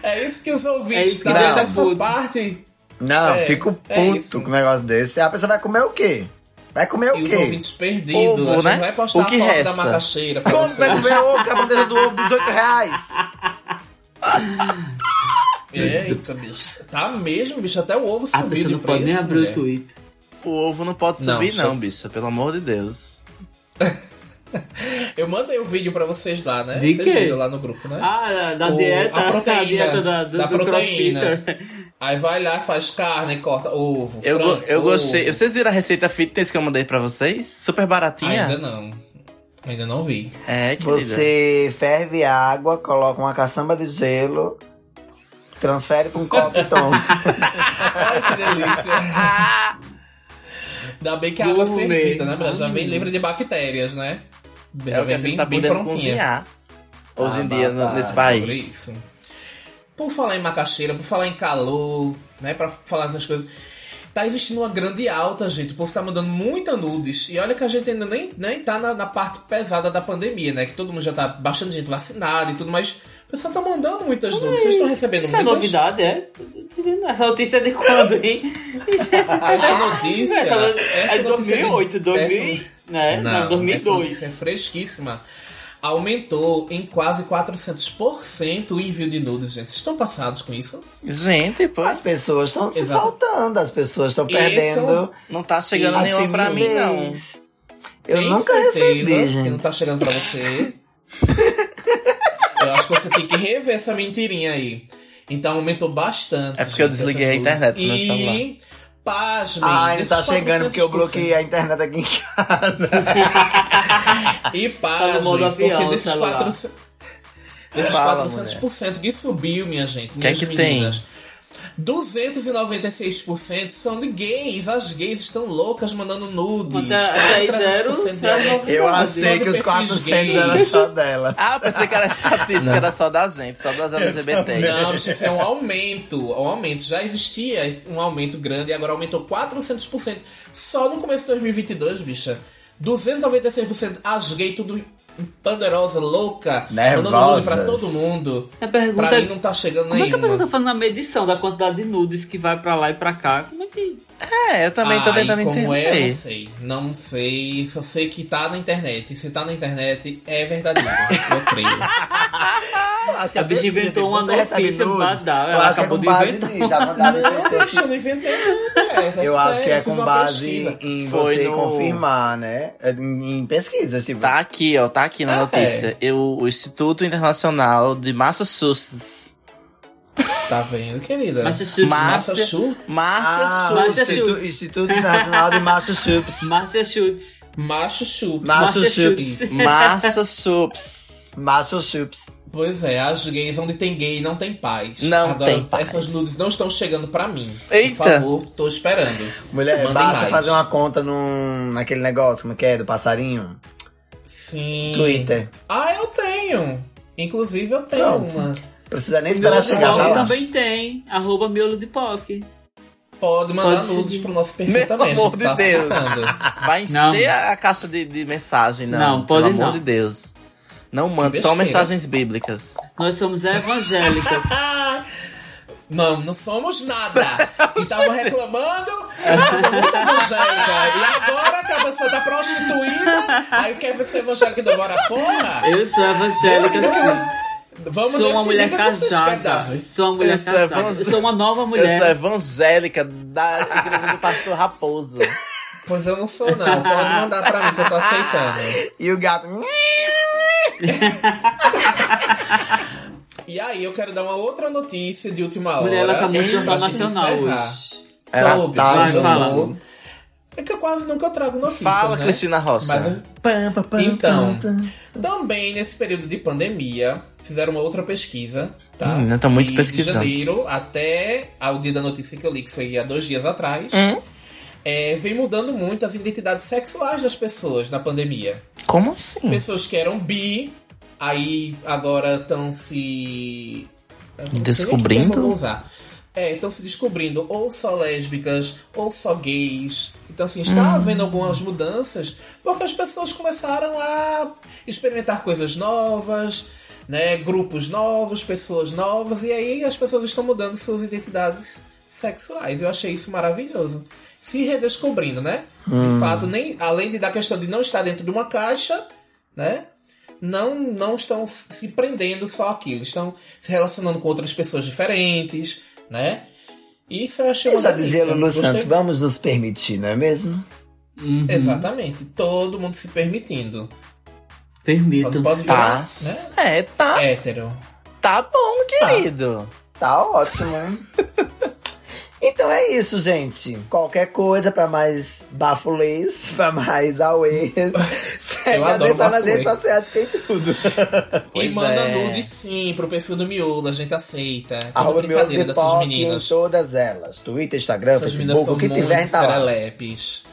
A: É isso que os
B: É
A: ouvintes
B: isso que
A: tá
D: dá
A: vendo
B: tudo.
A: essa parte.
D: Não,
A: É,
D: fico puto
A: é isso.
D: com um negócio desse. A pessoa vai comer o quê? Vai comer
A: E
D: É o
A: os
D: quê?
A: ouvintes perdidos.
C: Ovo,
A: a gente
C: né?
A: vai postar
C: O que
A: a foto
C: resta?
A: da macaxeira pra
D: Como é vai
A: vocês.
D: comer ovo com a bandeja do ovo, 18 reais?
A: Eita, bicho. Tá mesmo, bicho. Até o ovo
B: A
A: subiu
B: pessoa
A: de
B: não pode nem
A: preço,
B: abrir
A: mulher.
B: o Twitter.
C: O ovo não pode
A: Não,
C: subir,
A: só-
C: não, bicho. Pelo amor de Deus.
A: Eu mandei o vídeo pra vocês lá, né?
B: De
A: vocês
B: quê?
A: viram lá no grupo, né?
B: Ah, da
A: O-
B: dieta.
A: a proteína,
B: da dieta da, do,
A: da
B: do
A: proteína.
B: crossfitter.
A: Aí vai lá, faz carne, corta ovo,
C: Eu, go-
A: frango,
C: eu gostei.
A: ovo.
C: Vocês viram a receita fitness que eu mandei pra vocês? Super baratinha.
A: Ainda não. Ainda não vi.
C: É, querida.
D: Você ferve água, coloca uma caçamba de gelo, transfere pra um copo e toma.
A: Ai, que delícia. Ainda bem que a água é
B: Gourmet.
A: fervida, né? Mas já vem livre de bactérias, né?
C: É
A: Já
C: o que
A: vem
C: a gente
A: bem,
C: tá
A: bem
C: podendo
A: prontinha.
C: cozinhar. Hoje em
D: Ah,
C: dia, no-
D: babado.
C: nesse
A: Sobre
C: país.
A: isso. Por falar em macaxeira, por falar em calor, né? Pra falar essas coisas. Tá existindo uma grande alta, gente. O povo tá mandando muita nudes. E olha que a gente ainda nem, nem tá na, na parte pesada da pandemia, né? Que todo mundo já tá bastante gente vacinada e tudo, mas o pessoal tá mandando muitas nudes. Vocês estão recebendo
B: Isso é
A: muitas?
B: novidade, é? Essa notícia é de quando, hein?
A: Essa notícia.
B: Essa no- é de
A: essa notícia
B: 2008, 2000,
A: essa-
B: né? Não,
A: Essa notícia
B: 2002.
A: é fresquíssima. Aumentou em quase 400% o envio de nudes, gente. Vocês estão passados com isso?
C: Gente,
D: As
C: pois.
D: pessoas estão se
A: Exato.
D: saltando, as pessoas estão perdendo.
C: Não tá chegando
D: a
C: nenhuma
A: Assim
C: pra mim, não.
D: timidez. Eu
A: Tem
D: nunca
A: certeza
D: recebi,
A: Que não
D: gente.
A: tá chegando pra você. eu acho que você tem que rever essa mentirinha aí. Então aumentou bastante.
C: É porque eu
A: gente,
C: desliguei
A: essas
C: a internet
A: luzes.
C: no celular.
A: E, pasmem.
D: Ai, não
A: desses
D: tá chegando porque eu
A: 400%.
D: bloqueei a internet aqui em casa.
A: E
B: Tá no modo
A: pasmem,
B: avião,
A: porque desses
B: celular.
A: 400%. Desses
C: Fala,
A: 400% que subiu, minha gente.
C: Que é
A: minhas
C: que tem?
A: meninas. 296% são de gays. As gays estão loucas mandando nudes.
B: Até- até aí,
A: 300%
B: zero,
A: de-
B: zero.
D: Eu achei
A: Só
D: que
A: de perfis
D: os 400
A: gays.
D: eram só dela.
C: Ah, pensei que era estatística, era só da gente, só das LGBT.
A: Não, bicho, isso é um aumento. Um aumento. Já existia esse- um aumento grande e agora aumentou 400%. Só no começo de 2022, bicha. 296% as gays tudo panderosa, louca,
D: Nervosas.
A: mandando nude pra todo mundo.
B: A pergunta
A: Pra
B: é,
A: mim não tá chegando
B: como é que a pessoa
A: nenhuma.
B: tá fazendo a medição da quantidade de nudes que vai pra lá e pra cá? Como é que...
C: É, eu também tô
A: Ai,
C: tentando
A: como é, eu não
C: entender.
A: sei. Não sei, só sei que tá na internet. E se tá na internet, é verdadeiro. eu creio.
D: Acho que
B: A bicha
D: pesquisa,
B: inventou uma
D: você recebe
B: notícia
D: nude.
B: badal,
D: Eu
B: ela
D: acho que é
B: acabou
D: com
B: de
D: base
B: inventar.
D: nisso, a quantidade de pessoas que
A: Poxa, eu não inventei nada, velho.
D: Eu acho
A: Tá
D: que
A: sério,
D: é
A: eu fiz
D: com
A: uma
D: base
A: pesquisa.
D: em, em
C: Foi
D: você
C: no-
D: confirmar, né? Em, em pesquisas, tipo.
C: Tá aqui, ó, tá aqui na
A: Ah,
C: notícia. Eu, o Instituto Internacional de Massachusetts.
A: Tá vendo, querida?
B: Massachusetts.
C: Massa-
A: Massachusetts.
D: Ah,
C: Massachusetts.
B: Massachusetts.
D: Instituto, Instituto Internacional de Massachusetts.
B: Márcia Schultz.
A: Massachusetts.
B: Massachusetts.
D: Mas-
C: Massachusetts.
D: Massachusetts.
A: Pois é, as gays onde tem gay não tem paz.
C: Não
A: Agora,
C: tem paz.
A: essas nudes não estão chegando pra mim.
C: Eita.
A: Por favor, tô esperando.
D: Mulher,
A: Mandem
D: basta
A: mais.
D: fazer uma conta num, naquele negócio, como que é? Do passarinho?
A: Sim.
D: Twitter.
A: Ah, eu tenho. Inclusive, eu tenho
D: Pronto.
A: uma.
D: Precisa nem
B: Miolo
D: esperar
B: de
D: chegar
B: Poc
D: lá.
B: também tem. Arroba miolo de POC.
A: Pode mandar
B: Pode
A: nudes
B: seguir.
A: pro nosso perfil
C: Meu
A: também.
C: amor
A: a gente
C: de
A: tá
C: Deus.
A: aceitando.
C: Vai encher a a caixa de, de mensagem, não.
B: Não, pode
C: Pelo amor
B: não.
C: de Deus. Não manda,
A: Que
C: só
A: besteira.
C: mensagens bíblicas.
B: Nós somos evangélicas.
A: Não, não somos nada. E estavam reclamando,
C: É.
A: estavam muito evangélica. E agora que a pessoa tá prostituída, aí quer ser evangélica do Bora Porra.
B: Eu sou evangélica. sim.
A: Vamos
B: sou
A: decidir
B: uma mulher
A: o que vocês querem dar.
B: casada. Sou uma mulher
C: Eu sou
B: casada.
C: evangé-
B: Eu sou uma nova
C: Eu sou
B: mulher.
C: evangélica da igreja do pastor Raposo.
A: Pois eu não sou, não. Pode mandar pra mim que eu tô aceitando.
D: E o gato.
A: E aí, eu quero dar uma outra notícia de última hora.
B: mulher, ela tá
A: pra
B: muito jornal
A: gente
B: nacional
A: encerrar.
B: hoje.
C: Ela
A: Toby,
C: tá
A: já
B: Vai, fala.
A: andou. É que eu quase nunca trago notícias,
C: Fala,
A: né?
C: Cristina Rocha.
A: Mas
D: Pam, pam, pam,
A: Então.
D: pam,
A: também, nesse período de pandemia, fizeram uma outra pesquisa, tá?
C: Hum, eu tô muito
A: E
C: pesquisando.
A: De janeiro até ao dia da notícia que eu li, que foi há dois dias atrás,
C: Hum?
A: é, vem mudando muito as identidades sexuais das pessoas na pandemia.
C: Como assim?
A: pessoas que eram bi, aí agora estão se. eu não sei nem que
C: Descobrindo?
A: termo eu vou usar. É, estão se descobrindo ou só lésbicas, ou só gays. Então, assim, está havendo algumas mudanças porque as pessoas começaram a experimentar coisas novas, né? Grupos novos, pessoas novas, e aí as pessoas estão mudando suas identidades sexuais. Eu achei isso maravilhoso. Se redescobrindo, né?
D: Hum.
A: De fato, nem, além de da questão de não estar dentro de uma caixa, né? Não, não estão se prendendo só àquilo, estão se relacionando com outras pessoas diferentes, né? Isso eu achei
D: Eu
A: uma
D: já
A: delícia.
D: dizia Lulu
A: Gostei
D: Santos, vamos nos permitir, não é mesmo?
B: Uhum.
A: Exatamente, todo mundo se permitindo. Só
B: Permitam.
A: não pode
C: Tá.
A: virar né?
C: É, tá,
A: hétero.
C: tá bom, querido.
D: Tá ótimo. hein? então é isso, gente. Qualquer coisa pra mais bafulês, pra mais auês, segue
A: Eu
D: a
A: adoro
D: gente lá nas
A: bafulê.
D: redes sociais, que tem tudo.
A: e
C: Pois
A: manda
C: é.
A: nude sim pro perfil do Miolo, a gente aceita. Toda
D: Arroba meu
A: brincadeira dessas
D: pipoca em
A: meninas.
D: todas elas. Twitter, Instagram,
A: Essas meninas
D: Facebook,
A: são
D: o que
A: muito
D: tiver, a gente tá lá.
A: serelepes.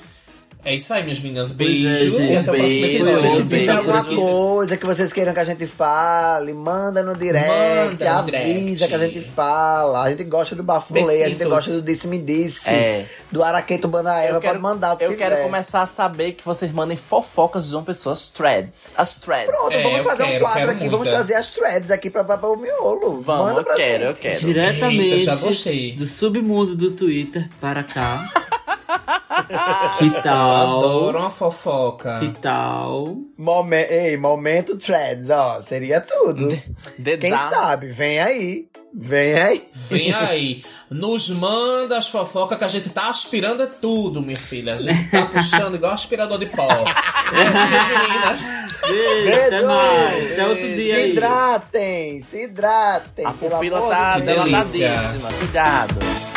A: É isso aí, minhas meninas.
B: Pois é,
A: Beijo
B: gente,
A: e até o próximo
B: beijo,
A: episódio.
B: beijo,
D: Se
A: Beijo,
D: tiver
B: beijo,
D: alguma
B: beijo.
D: coisa que vocês queiram que a gente fale, manda no direct,
A: Manda no
D: avisa
A: direct.
D: que a gente fala. A gente gosta do bafulê, a gente
A: Besitos.
D: gosta do disse-me-disse,
C: É.
D: do araqueto banaeva,
C: Eu
D: pode
C: quero,
D: mandar o que
C: eu quero
D: tiver.
C: começar a saber que vocês mandem fofocas de João Pessoa, as threads. As threads.
D: Pronto,
A: É,
D: vamos
A: eu
D: fazer um
A: quero,
D: quadro
A: quero
D: aqui, vamos
A: muita.
D: trazer as threads aqui pra, pra, pra o miolo.
C: Vamos,
D: Manda pra
C: eu quero, eu
D: gente.
C: quero.
B: Diretamente
A: Eita, já gostei.
B: do submundo do Twitter para cá. que tal?
A: Adoro uma fofoca.
B: Que tal?
D: Momen- Ei, momento threads, ó, seria tudo.
A: Hum,
C: Dedá.
D: Quem sabe, vem aí, vem aí.
A: Vem aí. Nos manda as fofocas que a gente tá aspirando é tudo, minha filha. A gente tá puxando igual aspirador de pó. Beijos, meninas.
B: Beijo, até
D: Beijo!
B: mais. Até outro dia
D: Se
B: aí.
D: hidratem, se hidratem.
C: A
D: pelo
C: pupila
D: amor
C: tá
D: de
A: Deus.
C: dilatadíssima. Cuidado.